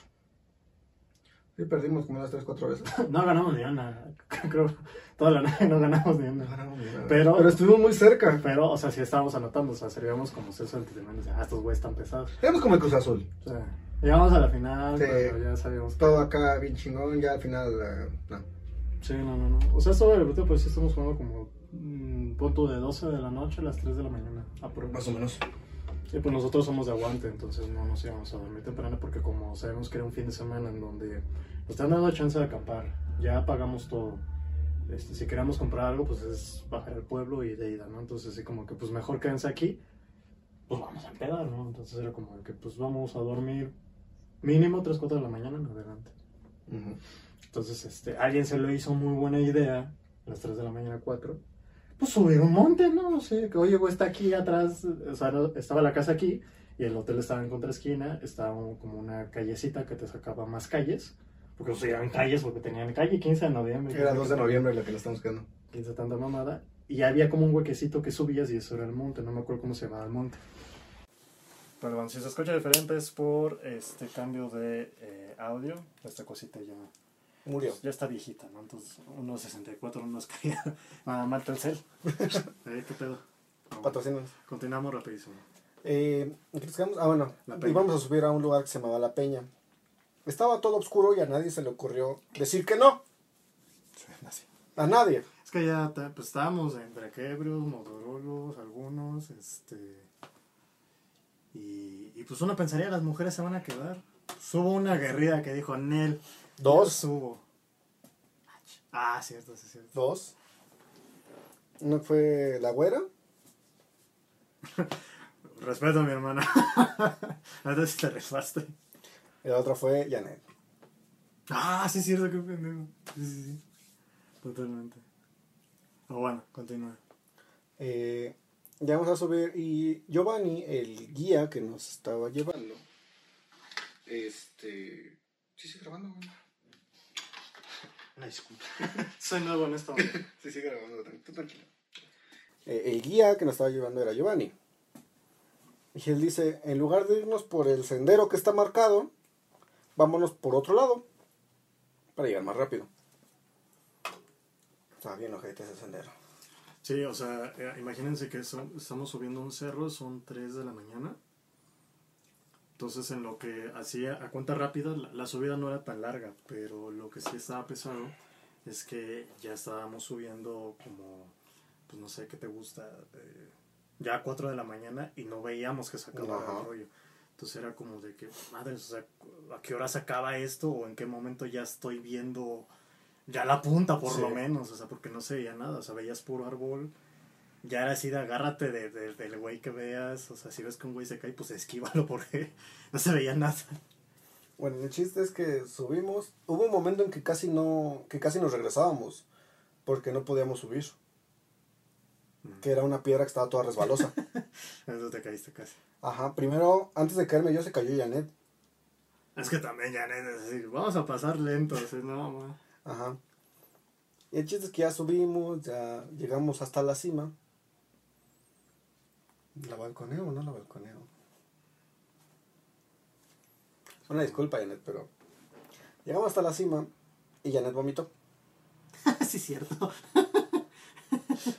E: Y perdimos como unas tres, cuatro veces.
C: No ganamos ni una. Creo toda la noche no ganamos ni una.
E: Pero, Pero estuvimos muy cerca.
C: Pero, o sea, sí estábamos anotando, o sea, servíamos como César Antitemán, o sea, ah, estos güeyes están pesados.
E: Éramos como el Cruz Azul.
C: O sea, llegamos a la final,
E: Sí.
C: pero ya sabíamos.
E: Todo acá bien chingón, ya al final, eh, no.
C: Sí, no, no, no. O sea, sobre el bruto, pues sí estamos jugando como mm, punto de 12 de la noche a las 3 de la mañana. A
E: o menos.
C: Sí, pues nosotros somos de aguante, entonces no nos íbamos a dormir temprano porque como sabemos que era un fin de semana en donde nos están dando chance de acampar, ya pagamos todo. Este, si queremos comprar algo, pues es bajar al pueblo y de ida, ¿no? Entonces así como que pues mejor quédense aquí, pues vamos a empedar, ¿no? Entonces era como de que pues vamos a dormir mínimo 3, 4 de la mañana en adelante. Entonces este, alguien se lo hizo muy buena idea, a las 3 de la mañana 4, pues subir un monte, ¿no? O sea, que oye, güey, está aquí atrás, o sea, no- estaba la casa aquí y el hotel estaba en contraesquina, estaba un- como una callecita que te sacaba más calles, porque no se llaman calles porque tenían calle 15 de noviembre.
E: Era 2 de noviembre la que le estamos quedando.
C: 15 tanta mamada, y había como un huequecito que subías y eso era el monte, no me acuerdo cómo se llamaba el monte. Perdón, si se escucha diferente es por este cambio de eh, audio, esta cosita ya
B: Murió.
C: ya está viejita, ¿no? Entonces, 1.64 no es caída. Nada mal Telcel. Eh, ¿Qué pedo? Pero bueno,
B: Patrocínanos.
C: Continuamos rapidísimo.
B: Eh, ¿en qué nos quedamos? ah, bueno,
C: La Peña.
B: íbamos a subir a un lugar que se llamaba La Peña. Estaba todo oscuro y a nadie se le ocurrió decir que no. A nadie.
C: Es que ya ta- pues, estábamos entre quebrios, motorólogos, algunos, este... Y, y pues uno pensaría, las mujeres se van a quedar. Subo una guerrida que dijo, Nel, yo
B: Dos.
C: subo. Ah, cierto, sí, cierto.
B: Dos. Uno fue la güera.
C: Respeto a mi hermana. Antes te rifaste.
B: Y la otra fue Janet.
C: Ah, sí es cierto, qué pendejo. Sí, sí, sí. Totalmente. Pero bueno, continúa.
B: Eh, ya vamos a subir. Y Giovanni, el guía que nos estaba llevando.
E: Este. Sí, sigue grabando, güey.
C: Una disculpa. Soy nuevo en esto.
E: Sí, sigue grabando, tran- tú tranquilo.
B: eh, el guía que nos estaba llevando era Giovanni. Y él dice, en lugar de irnos por el sendero que está marcado, vámonos por otro lado para llegar más rápido. Está bien ojete ese sendero.
C: Sí, o sea, eh, imagínense que son- estamos subiendo un cerro, son 3 de la mañana. Entonces, en lo que hacía a cuenta rápida, la, la subida no era tan larga, pero lo que sí estaba pesado es que ya estábamos subiendo como, pues no sé qué te gusta, Eh, ya a 4 de la mañana y no veíamos que se acababa
B: Ajá.
C: el rollo. Entonces era como de que, madre, o sea, ¿a qué hora se acaba esto? ¿O en qué momento ya estoy viendo ya la punta, por
B: Sí.
C: lo menos? O sea, porque no se veía nada, o sea, veías puro árbol. Ya era así de agárrate de- de- del güey que veas, o sea, si ves que un güey se cae, pues esquívalo porque no se veía nada.
B: Bueno, el chiste es que subimos. Hubo un momento en que casi no, que casi nos regresábamos porque no podíamos subir. Que era una piedra que estaba toda resbalosa.
C: Eso te caíste casi.
B: Ajá, primero, antes de caerme yo se cayó Janet.
C: Es que también ya neta, es decir, vamos a pasar lento, así, no, ma.
B: Ajá. Y el chiste es que ya subimos, ya llegamos hasta la cima. ¿La balconeo o no la balconeo? Una disculpa, Janet, pero. Llegamos hasta la cima y Janet vomitó.
C: sí, cierto.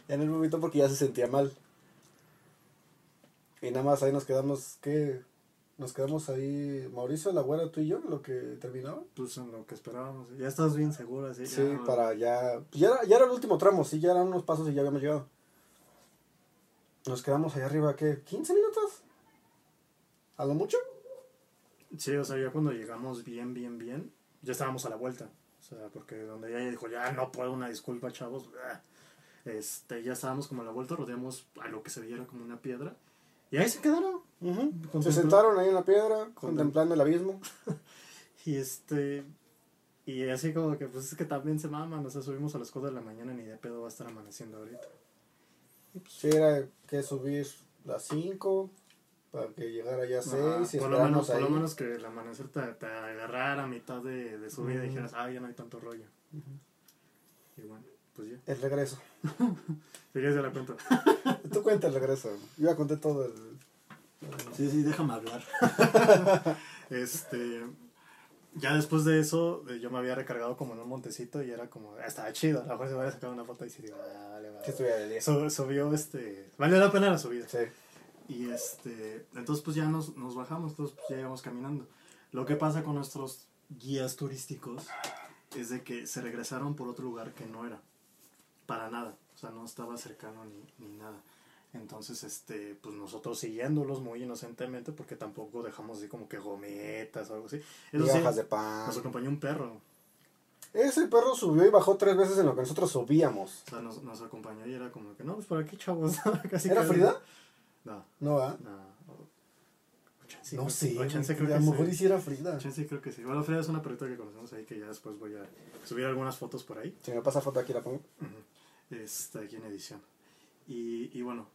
B: Janet vomitó porque ya se sentía mal. Y nada más ahí nos quedamos, ¿qué? Nos quedamos ahí, Mauricio, la güera, tú y yo, lo que terminaba.
C: Pues en lo que esperábamos. Ya estás bien segura, sí.
B: Sí,
C: ya,
B: para ya. Ya era, ya era el último tramo, sí, ya eran unos pasos y ya habíamos llegado. Nos quedamos allá arriba, ¿qué? ¿15 minutos? ¿A lo mucho?
C: Sí, o sea, ya cuando llegamos bien, bien, bien, ya estábamos a la vuelta. O sea, porque donde ella dijo, ya no puedo, una disculpa, chavos. ah, Este, ya estábamos como a la vuelta, rodeamos a lo que se veía era como una piedra. Y ahí se quedaron.
B: Se
C: Contempla-
B: sentaron ahí en la piedra,
C: Contempla-
B: contemplando el abismo.
C: Y este. Y así como que, pues es que también se maman, o sea, subimos a las 4 de la mañana, ni de pedo va a estar amaneciendo ahorita.
B: Sí, era que subir las 5 para que llegara ya 6
C: Ajá,
B: y
C: Ah, por, lo menos,
B: esperarnos
C: por
B: ahí.
C: lo menos que el amanecer te, te agarrara a mitad de, de subida y dijeras, ah, ya no hay tanto rollo. Y bueno, pues ya.
B: El regreso.
C: Si quieres, ya la cuento.
B: Tú cuenta el regreso. Yo ya conté todo el...
C: Sí, sí, déjame hablar. este, ya después de eso, eh, yo me había recargado como en un montecito y era como, "Ah, estaba chido. A lo mejor se me había sacado una foto y se digo, "Ah, vale, vale".
B: Que estuviera de 10.
C: Su- subió este, valió la pena la subida.
B: Sí.
C: Y este, entonces pues ya nos, nos bajamos, entonces pues ya íbamos caminando. Lo que pasa con nuestros guías turísticos es de que se regresaron por otro lugar que no era, para nada, o sea, no estaba cercano ni, ni nada. Entonces, este, pues nosotros siguiéndolos muy inocentemente, porque tampoco dejamos así como que gometas o algo así. Eso sí,
B: Migajas de pan.
C: nos acompañó un perro,
B: Ese perro subió y bajó tres veces en lo que nosotros subíamos.
C: o sea, nos, nos acompañó y era como que, no, pues por aquí, chavos. casi,
B: ¿Era
C: casi.
B: Frida?
C: No,
B: No, ¿ah?
C: no. O chance-
B: No
C: o
B: sé. güey,
C: chance creo
B: a
C: que
B: lo mejor
C: sí.
B: hiciera Frida.
C: Chance creo que Ah, sí. Bueno, Frida es una perrita que conocemos ahí que ya después voy a subir algunas fotos por ahí.
B: Si me pasa foto aquí la pongo.
C: Está aquí en edición. Y, y bueno,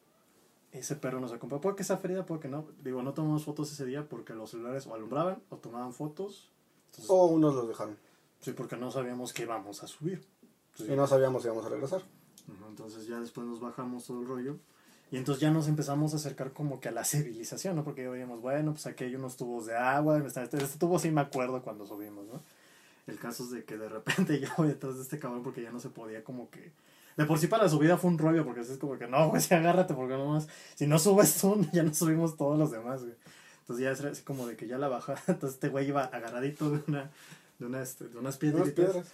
C: ese perro nos acompañó. Puede que sea Frida, puede que no. Digo, no tomamos fotos ese día porque los celulares o alumbraban o tomaban fotos. Entonces,
B: O unos los dejaron.
C: Sí, porque no sabíamos que íbamos a subir.
B: Y no sabíamos si íbamos a regresar.
C: Ujú, Entonces ya después nos bajamos todo el rollo. Y entonces ya nos empezamos a acercar como que a la civilización, ¿no? Porque ya veíamos, bueno, pues aquí hay unos tubos de agua. Este, este tubo sí me acuerdo cuando subimos, ¿no? El caso es de que de repente yo voy detrás de este cabrón porque ya no se podía como que... De por sí para la subida fue un rollo porque así es como que, no, güey, sí, agárrate porque nomás... Si no subes tú, ya no subimos todos los demás, güey. Entonces ya es así como de que ya la bajada. Entonces este güey iba agarradito de una... De, una, este, de unas
B: Unas
C: piedritas.
B: piedras.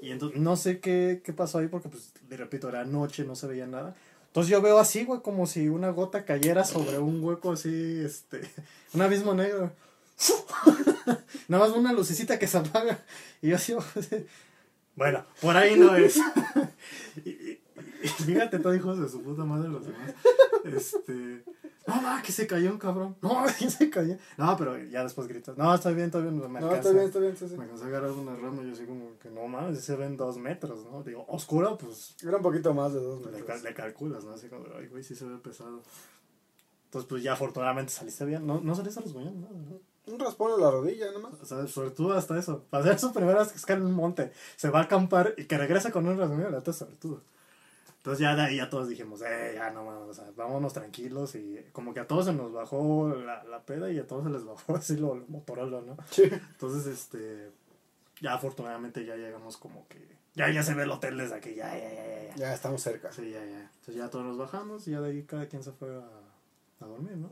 C: Y entonces, no sé qué, qué pasó ahí, porque, pues, le repito, era noche, no se veía nada. Entonces yo veo así, güey, como si una gota cayera sobre un hueco así, este, un abismo negro. Nada más una lucecita que se apaga. Y yo así, bueno, por ahí no es. Y- y- y fíjate, todos hijos de su puta madre los demás. Este, no, ma, que se cayó un cabrón. No, que se cayó. No, pero ya después gritas, no, está bien, está bien, me
B: No,
C: alcanza".
B: está bien, está bien. Sí, sí.
C: Me cansé de agarrar una rama y yo así como que no mames, se ven dos metros, ¿no? Digo, oscuro, pues
B: Era un poquito más de dos
C: le,
B: metros.
C: cal- le calculas, ¿no? Así como, ay, güey, sí se ve pesado. Entonces, pues ya afortunadamente saliste bien. No, no saliste a los baños, nada, ¿no?
B: Un raspón en la rodilla, nada más.
C: O sea, suertudo hasta eso. Para hacer su primera vez que escala un monte, se va a acampar y que regresa con un resumido, la neta es suertudo. Entonces ya de ahí ya todos dijimos, eh, ya no mames, o sea, vámonos tranquilos y como que a todos se nos bajó la, la peda y a todos se les bajó así lo, lo motorolo, ¿no?
B: Sí.
C: Entonces, este, ya afortunadamente ya llegamos como que, ya, ya se ve el hotel desde aquí, ya, ya, ya, ya, ya.
B: Ya estamos cerca.
C: Sí, ya, ya. Entonces ya todos nos bajamos y ya de ahí cada quien se fue a, a dormir, ¿no?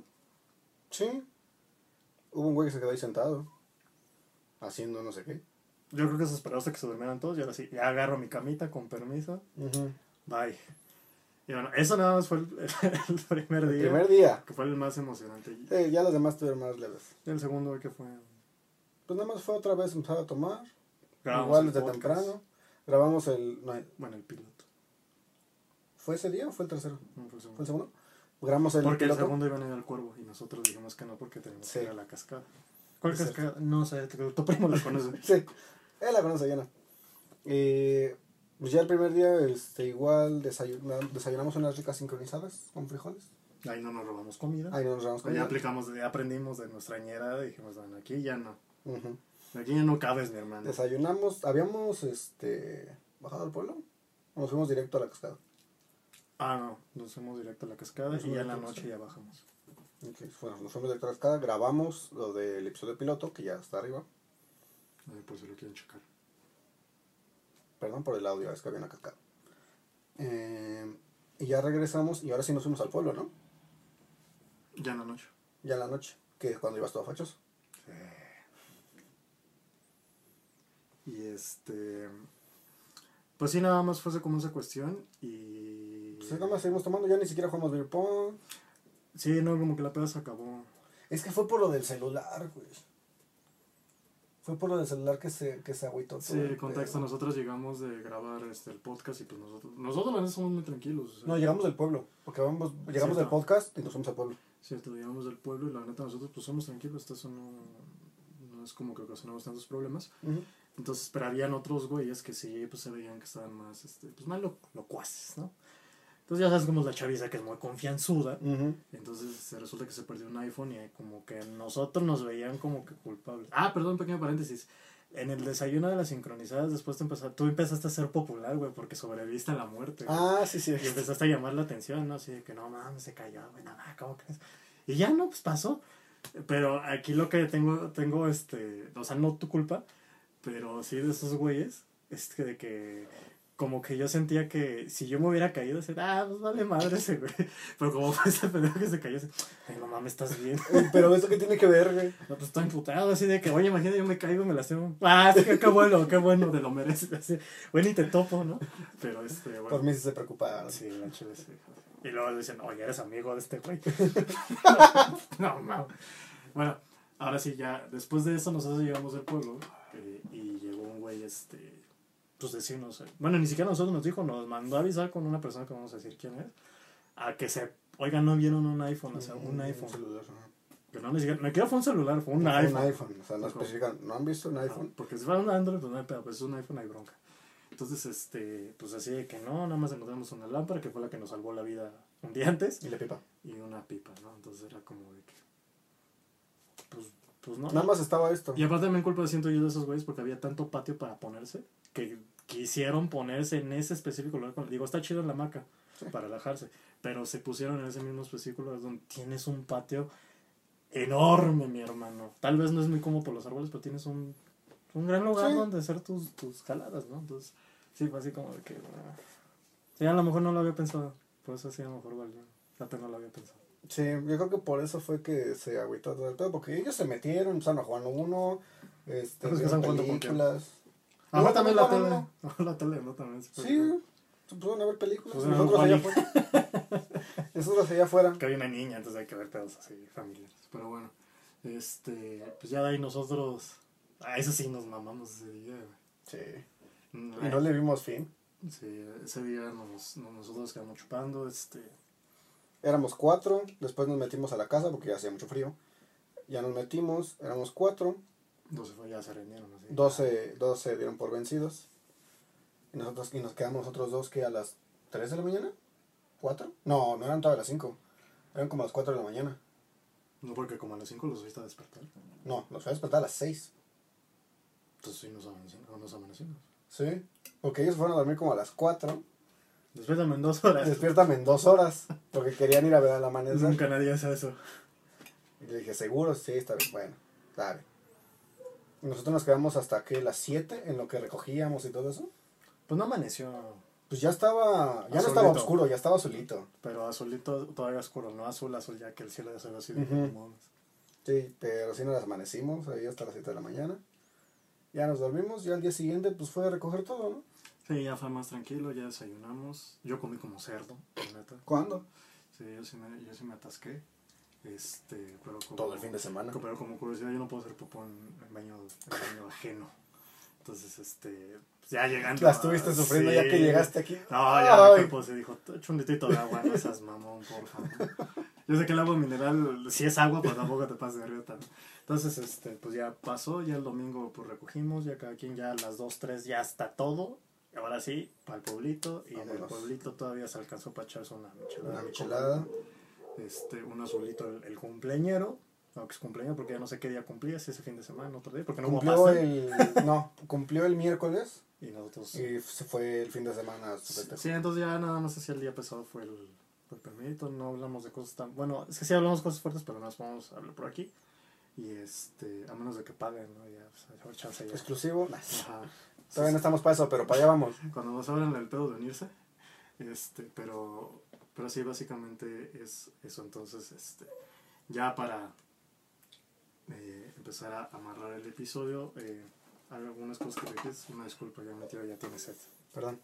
B: Sí. Hubo un güey que se quedó ahí sentado. Haciendo no sé qué.
C: Yo creo que se esperó hasta que se durmieran todos y ahora sí, ya agarro mi camita con permiso, bye. Y bueno, eso nada más fue el, el primer
B: El
C: día,
B: primer día.
C: que fue el más emocionante. Y
B: Sí, ya los demás estuvieron más leves.
C: el segundo que fue...
B: Pues nada más fue otra vez empezar a tomar.
C: grabamos
B: Igual
C: el
B: desde
C: podcast.
B: temprano. Grabamos el. no,
C: Bueno, el piloto.
B: ¿Fue ese día o fue el tercero?
C: no fue el segundo.
B: ¿Fue el segundo? Grabamos el.
C: porque el
B: piloto.
C: segundo iban a ir al cuervo y nosotros dijimos que no porque tenemos
B: Sí.
C: que ir a la cascada. ¿Cuál
B: Exacto.
C: cascada? No sé, tu tu primo la conoce.
B: Sí, es la conoce llena. Eh, pues ya el primer día, este, igual desayuna- desayunamos unas ricas sincronizadas con frijoles.
C: Ahí no nos robamos comida.
B: Ahí nos vamos
C: Ahí
B: con
C: ya aplicamos, ya aprendimos de nuestra ñera, dijimos, bueno, aquí ya no.
B: Ujú.
C: Aquí ya no cabes, mi hermano.
B: Desayunamos, habíamos este, bajado al pueblo. o Nos fuimos directo a la cascada.
C: Ah, no, nos fuimos directo a la cascada
B: Nos
C: y ya en la
B: fuimos
C: noche ya bajamos.
B: Ok, bueno, nos fuimos directo a la cascada, grabamos lo del episodio piloto, que ya está arriba.
C: A ver, pues si lo quieren checar.
B: Perdón por el audio, es que había una cascada. Eh, y ya regresamos y ahora sí nos fuimos al pueblo, ¿no?
C: Ya en la noche.
B: Ya en la noche, que es cuando ibas todo fachoso.
C: Y este. Pues sí, nada más fue así como esa cuestión y.
B: Pues nada más seguimos tomando, ya ni siquiera jugamos beer pong.
C: Sí, no, como que la peda se acabó.
B: Es que fue por lo del celular, güey. Fue por lo del celular que se, que se agüitó. todo
C: Sí,
B: el
C: contexto,
B: pedo.
C: nosotros llegamos de grabar este, el podcast y pues nosotros, nosotros la neta somos muy tranquilos. o sea,
B: No, llegamos del pueblo. Porque vamos, llegamos
C: Cierto.
B: del podcast y nos fuimos al pueblo.
C: Cierto, llegamos del pueblo y la neta nosotros pues somos tranquilos, hasta eso no, no es como que ocasionamos tantos problemas. Entonces, pero habían otros güeyes que sí, pues se veían que estaban más, este, pues más lo- locuaces, ¿no? Entonces ya sabes cómo es la chaviza que es muy confianzuda. Entonces se resulta que se perdió un iPhone y eh, como que nosotros nos veían como que culpables. Ah, perdón, pequeño paréntesis. En el desayuno de las sincronizadas después te empezaste, tú empezaste a ser popular, güey, porque sobreviviste a la muerte. güey.
B: Ah, sí, sí.
C: Y empezaste a llamar la atención, ¿no? Así de que no mames, se cayó, güey, no mames, ¿cómo crees? Y ya no, pues pasó. Pero aquí lo que tengo, tengo este, o sea, no tu culpa, pero sí de esos güeyes, este, de que como que yo sentía que si yo me hubiera caído, decir, ah, pues vale madre ese güey. Pero como fue ese pendejo que se cayó, así, ay, no mames, estás bien.
B: Pero eso que tiene que ver, güey.
C: No, pues estoy emputado, así de que, oye, imagínate, yo me caigo, me lastima. Ah, sí, qué, qué bueno, qué bueno, te lo mereces. Así, bueno, y te topo, ¿no? Pero este, bueno.
B: Por mí sí se preocuparon.
C: Sí, la chile sí. Y luego dicen, oye, eres amigo de este güey. no, no. Bueno, ahora sí, ya después de eso nosotros llegamos del pueblo eh, y llegó un güey, este, pues decirnos, eh, bueno, ni siquiera nosotros nos dijo, nos mandó a avisar con una persona que vamos a decir quién es, a que se, oigan, no vieron un iPhone, o sea, un
B: Un
C: iPhone.
B: celular. ajá.
C: Que no les dijeron, me quedo fue un celular, Mm. fue un
B: Un
C: iPhone.
B: iPhone. O sea, no especifican. ¿No han visto un
C: Ah,
B: iPhone?
C: Porque si fuera un Android, pues no hay pedo, pues es un iPhone, hay bronca. Entonces, este, pues así de que no, nada más encontramos una lámpara que fue la que nos salvó la vida un día antes
B: Y la pipa.
C: y una pipa, ¿no? Entonces era como de que. Pues, pues no.
B: Nada más estaba esto.
C: Y aparte también culpa siento yo de esos güeyes porque había tanto patio para ponerse que quisieron ponerse en ese específico lugar. con- Digo, está chido en la maca para relajarse, pero se pusieron en ese mismo específico lugar donde tienes un patio enorme, mi hermano. Tal vez no es muy cómodo por los árboles, pero tienes un, un gran lugar
B: Sí.
C: donde hacer tus, tus jaladas, ¿no? Entonces, sí, fue así como de que. ah. Sí, a lo mejor no lo había pensado, por eso sí a lo mejor valió. Ya no lo había pensado.
B: Sí, yo creo que por eso fue que se agüitó todo el pedo, porque ellos se metieron, empezaron a jugar uno, este,
C: Pues que
B: vieron
C: están jugando con
B: películas.
C: Ah,
B: No,
C: también la
B: no,
C: tele.
B: no.
C: No, la tele, no también. se fue.
B: Sí, se pusieron a ver películas,
C: Pues,
B: nosotros
C: no,
B: allá
C: Wally.
B: afuera. Nosotros allá afuera.
C: Que había una niña, entonces hay que ver pedos así familiares. Pero bueno, este, pues ya de ahí nosotros. A eso sí nos mamamos ese día, güey.
B: Sí. Y no le vimos fin.
C: Sí, ese día nos, no- nosotros quedamos chupando, este.
B: Éramos cuatro, después nos metimos a la casa porque ya hacía mucho frío. Ya nos metimos, éramos cuatro,
C: No se fue, ya se reunieron así.
B: dos se, dos se dieron por vencidos. Y nosotros, y nos quedamos nosotros dos que a las 3 de la mañana, ¿Cuatro? No, no eran todas las 5, eran como las 4 de la mañana.
C: No, porque como a las 5 los viste a despertar.
B: No, nos fue a despertar a las 6.
C: Entonces sí nos amanecimos. Nos amanecimos.
B: Sí. Porque ellos fueron a dormir como a las 4.
C: Despiértame en dos horas.
B: Despiértame en dos horas. Porque querían ir a ver al amanecer.
C: Nunca nadie hace eso.
B: Y le dije, seguro, sí, está bien. Bueno, está bien. Y Nosotros nos quedamos hasta que las 7 en lo que recogíamos y todo eso.
C: Pues no amaneció,
B: Pues ya estaba, ya no
C: Azulito.
B: estaba oscuro, ya estaba azulito.
C: pero azulito todavía oscuro, no azul, azul, ya que el cielo ya se ve así de
B: Ujú.
C: mamones.
B: Sí, pero sí nos amanecimos ahí hasta las 7 de la mañana. Ya nos dormimos y al día siguiente pues fue a recoger todo, ¿no?
C: Sí, ya fue más tranquilo, ya desayunamos. Yo comí como cerdo, la neta.
B: ¿Cuándo?
C: Sí, yo sí me, yo sí me atasqué. Este, pero como,
B: Todo el fin de semana.
C: Pero como curiosidad, yo no puedo hacer popó en el baño, en el baño ajeno. Entonces, este, pues ya llegando.
B: La
C: a-
B: estuviste sufriendo
C: sí.
B: ya que llegaste aquí.
C: No, ya mi
B: Ay.
C: cuerpo se dijo, echa un litito de agua, no seas mamón, por favor. Yo sé que el agua mineral, si es agua, pues tampoco te pases de arriba tanto. Entonces, este, pues ya pasó, ya el domingo pues recogimos, ya cada quien ya a las 2, 3 ya está todo. Y ahora sí, para el pueblito, y del
B: Vámonos.
C: pueblito todavía se alcanzó para echarse una michelada.
B: Una michelada.
C: Este, un azulito el, el cumpleañero, aunque es cumpleaños porque ya no sé qué día cumplía, si ese fin de semana, otro día, porque no hubo ¿eh?
B: Cumplió
C: pasta.
B: el, no, cumplió el miércoles
C: Y nosotros...
B: y se fue el fin de semana a su
C: Sí,
B: festejo.
C: sí, entonces ya nada más hacia el día pesado fue el, fue el permito, no hablamos de cosas tan... Bueno, es que sí hablamos cosas fuertes, pero no las podemos hablar por aquí. Y este, a menos de que paguen, ¿no? Ya, pues, hay chance ya.
B: Exclusivo. nah,
C: Ajá.
B: Todavía no estamos para eso, pero para allá vamos.
C: Cuando nos hablan el pedo de unirse, este, pero, pero sí, básicamente es eso. Entonces, este, ya para eh, empezar a amarrar el episodio, eh, hay algunas cosas que dejes. Una disculpa, ya mi tío ya tiene set.
B: Perdón.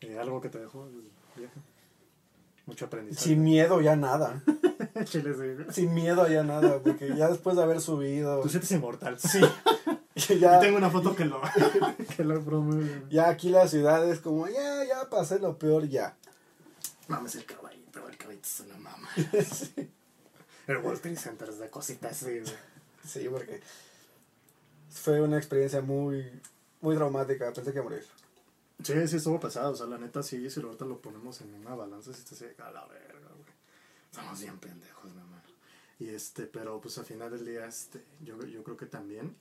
C: Eh, ¿Algo que te dejó el viaje? Mucho aprendizaje.
B: Sin miedo ya nada.
C: Chile, sí.
B: Sin miedo ya nada, porque ya después de haber subido.
C: Tú sientes inmortal. Pues Sí.
B: Ya,
C: tengo una foto que lo, que lo promueve.
B: ya aquí la ciudad es como, ya, ya pasé lo peor ya.
C: Mames el caballito, el caballito es una mama. El World Trade Center es de cositas así, güey.
B: Sí, porque Fue una experiencia muy, muy traumática. Pensé que iba a morir.
C: Sí, sí, estuvo pesado. O sea, la neta, sí, si ahorita lo ponemos en una balanza, sí te llega a la verga, güey. Estamos bien pendejos, nada más. Y este, pero pues al final del día, este, yo, yo creo que también.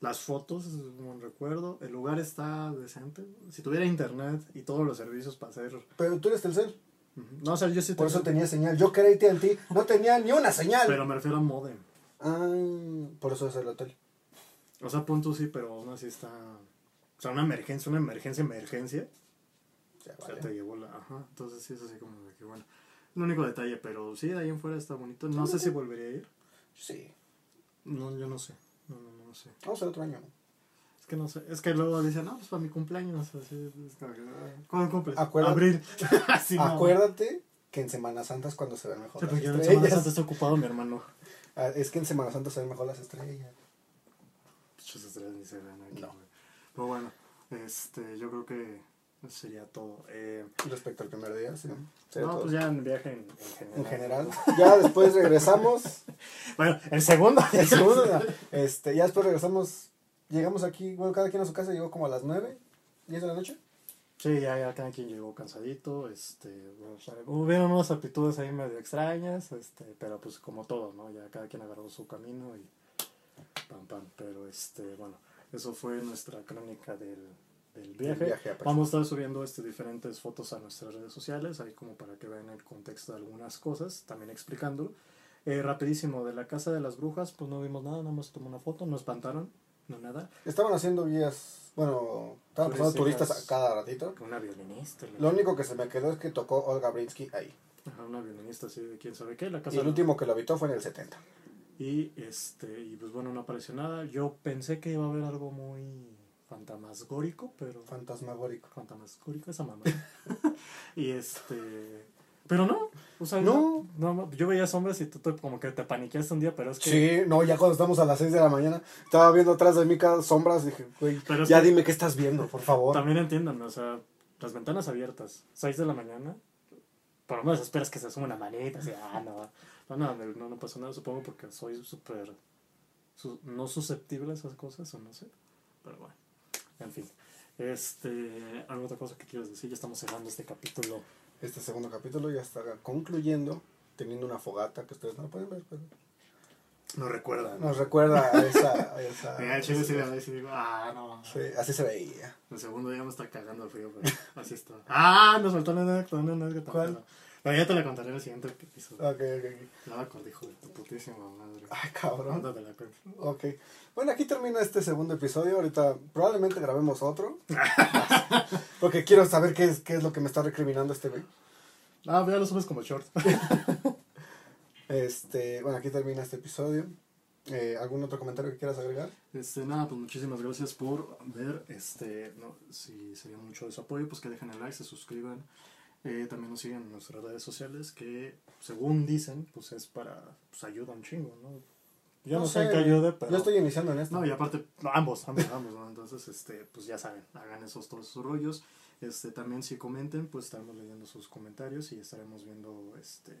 C: Las fotos, es un buen recuerdo. El lugar está decente. Si tuviera internet y todos los servicios para hacer.
B: Pero tú eres Telcel.
C: Ujú. No, o sea, yo sí
B: Por eso
C: tengo-
B: tenía señal. Yo que era AT&T no tenía ni una señal.
C: Pero me refiero a modem.
B: Ah, por eso es el hotel.
C: O sea, pon tú sí, pero aún así está. O sea, una emergencia, una emergencia, emergencia.
B: Ya,
C: O sea,
B: vale.
C: te llevó la. Ajá. Entonces sí es así como de que bueno. El único detalle, pero sí, de ahí en fuera está bonito. No sé si volvería a ir.
B: Sí.
C: No, yo no sé. No, no, no, no sé.
B: Vamos al otro año.
C: Es que no sé. Es que luego dicen, no, pues para mi cumpleaños. Así, es como que, ah, ¿Cuándo cumples?
B: Acuérdate-
C: Abril. Así, no.
B: Acuérdate que en Semana Santa es cuando se ven mejor
C: Sí,
B: las
C: porque en Semana Santa
B: estrellas.
C: está ocupado mi hermano.
B: Ah, es que en Semana Santa se ven mejor las estrellas.
C: Muchas estrellas ni se ven aquí.
B: No.
C: güey. Pero bueno, este, yo creo que sería todo. Eh,
B: Respecto al primer día, sí. Sería
C: no,
B: todo.
C: pues ya en viaje en, en general.
B: En general. Ya después regresamos.
C: Bueno, el segundo.
B: El segundo día, Este, ya después regresamos. Llegamos aquí, bueno, cada quien a su casa llegó como a las 9, 10 de la noche.
C: Sí, ya, ya cada quien llegó cansadito, este, bueno, hubieron unas aptitudes ahí medio extrañas, este, pero pues como todo, ¿no? Ya cada quien agarró su camino y pam pam, pero este, bueno, eso fue nuestra crónica del, del viaje.
B: El viaje a Pachuca.
C: Vamos a estar subiendo este, diferentes fotos a nuestras redes sociales, ahí como para que vean el contexto de algunas cosas, también explicándolo. Eh, rapidísimo, de la casa de las brujas, pues no vimos nada, nada más tomó una foto, no espantaron, no nada.
B: Estaban haciendo guías, bueno, estaban pasando
C: Turísticas.
B: turistas a cada ratito.
C: Una violinista. la-
B: Lo único que se me quedó es que tocó Olga Brinsky ahí.
C: Ajá, una violinista así de quién sabe qué, la casa
B: Y el
C: de-
B: último que lo habitó fue en el 70.
C: Y este, y pues bueno, no apareció nada. Yo pensé que iba a haber algo muy fantasmagórico, pero
B: Fantasmagórico.
C: fantasmagórico esa mamá. y este, pero no, o sea,
B: No.
C: no, no, yo veía sombras y tú te- como que te paniqueaste un día, pero es que
B: Sí, no, ya cuando estamos a las 6 de la mañana, estaba viendo atrás de mí cada sombras, dije, güey,
C: Pero es
B: ya
C: que-
B: dime qué estás viendo, por favor.
C: también entiéndanme, o sea, las ventanas abiertas, 6 de la mañana, por lo menos esperas que se asuma una manita, así, ah, no, no, no, no, no pasó nada, supongo, porque soy súper, su- no susceptible a esas cosas, o no sé, pero bueno, en fin. Este, ¿alguna otra cosa que quieras decir? Ya estamos cerrando este capítulo.
B: Este segundo capítulo ya está concluyendo, teniendo una fogata que ustedes no pueden ver, pero
C: Ah, No recuerdan.
B: nos recuerda a esa... a esa-
C: Mira, chile sí la ves y digo, ah, no.
B: Sí, así se veía.
C: El segundo día me está cagando el frío, pero así está. Ah, nos faltó una anécdota, una anécdota.
B: ¿Cuál?
C: Pero ya te la contaré en el siguiente episodio.
B: Ok, ok, ok.
C: La acordé, hijo Ah, de tu putísima madre.
B: Ay, cabrón.
C: Mándate la cuenta.
B: Ok. Bueno, aquí termina este segundo episodio. Ahorita probablemente grabemos otro. Porque quiero saber qué es, qué es lo que me está recriminando este güey.
C: Ah, vea, lo subes como short.
B: Este, bueno, aquí termina este episodio. Eh, ¿Algún otro comentario que quieras agregar?
C: Este, nada, pues muchísimas gracias por ver. Este, no, si sería mucho de su apoyo, pues que dejen el like, se suscriban. Eh, también nos siguen en nuestras redes sociales, que según dicen, pues es para, pues ayuda un chingo, ¿no? Yo no, sé en qué ayude, pero...
B: Yo estoy iniciando en esto.
C: No, y aparte, no, ambos, ambos, ambos, ¿no? Entonces, este, pues ya saben, hagan esos todos esos rollos. Este, también si comenten, pues estaremos leyendo sus comentarios y estaremos viendo, este,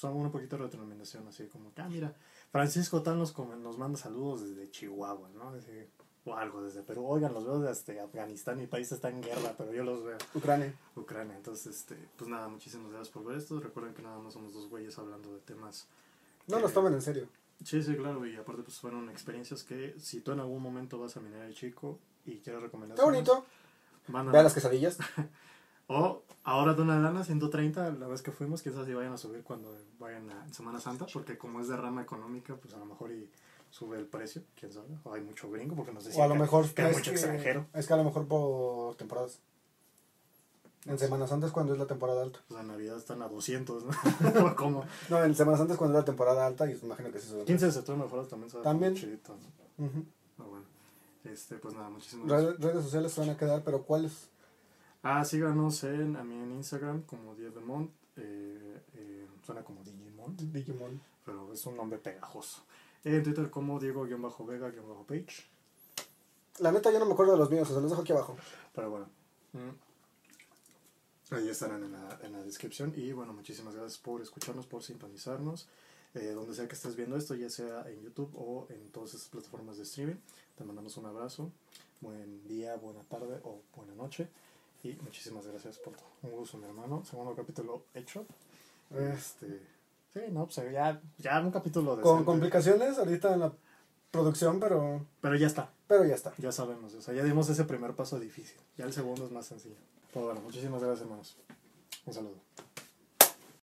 C: pues un poquito de retroalimentación, así como, que, ah, mira, Francisco Tan nos, come- nos manda saludos desde Chihuahua, ¿no? Así, o algo desde Perú. Oigan, los veo desde Afganistán, mi país está en guerra, pero yo los veo.
B: Ucrania.
C: Ucrania. Entonces, este, pues nada, muchísimas gracias por ver esto. Recuerden que nada más somos dos güeyes hablando de temas
B: No
C: Eh,
B: nos tomen en serio.
C: Sí, sí, claro, y aparte pues fueron experiencias que si tú en algún momento vas a minar el chico y quieres recomendar...
B: Está bonito.
C: Van a-
B: Vean las quesadillas.
C: O ahora de una lana, 130, la vez que fuimos, quizás si vayan a subir cuando vayan a Semana Santa, porque como es de rama económica, pues a lo mejor y sube el precio, quién sabe, o hay mucho gringo, porque no sé si
B: O a
C: acá-
B: lo mejor.
C: que hay
B: es
C: mucho extranjero.
B: Es que a lo mejor por temporadas. En Semana Santa es cuando es la temporada alta.
C: Pues en Navidad están a 200, ¿no? O como
B: No, en Semana Santa es cuando es la temporada alta y imagino que sí suben.
C: 15 de septiembre mejor también se va a poner
B: También.
C: chidito, ¿no?
B: Ujú.
C: Pero bueno, este, pues nada, muchísimas
B: Redes, redes sociales se van a quedar, pero ¿cuáles?
C: Ah, síganos en, a mí en Instagram como Diezmont. Eh, eh, suena como Digimon,
B: Digimon.
C: pero es un nombre pegajoso. En Twitter como Diego-Vega-Page.
B: La neta, yo no me acuerdo de los míos, o sea, los dejo aquí abajo.
C: Pero bueno. mm, Ahí estarán en la, en la descripción. Y bueno, muchísimas gracias por escucharnos, por sintonizarnos. eh, donde sea que estés viendo esto, ya sea en YouTube o en todas esas plataformas de streaming. Te mandamos un abrazo, buen día, buena tarde o buena noche. Y muchísimas gracias por todo. Un gusto, mi hermano. Segundo capítulo hecho. Este. Sí, no, pues ya, ya un capítulo de.
F: Con complicaciones ahorita en la producción, pero,
C: Pero ya está,
F: pero ya está.
C: ya sabemos. O sea, ya dimos ese primer paso difícil. Ya el segundo es más sencillo. Pero bueno, muchísimas gracias, hermanos. Un saludo.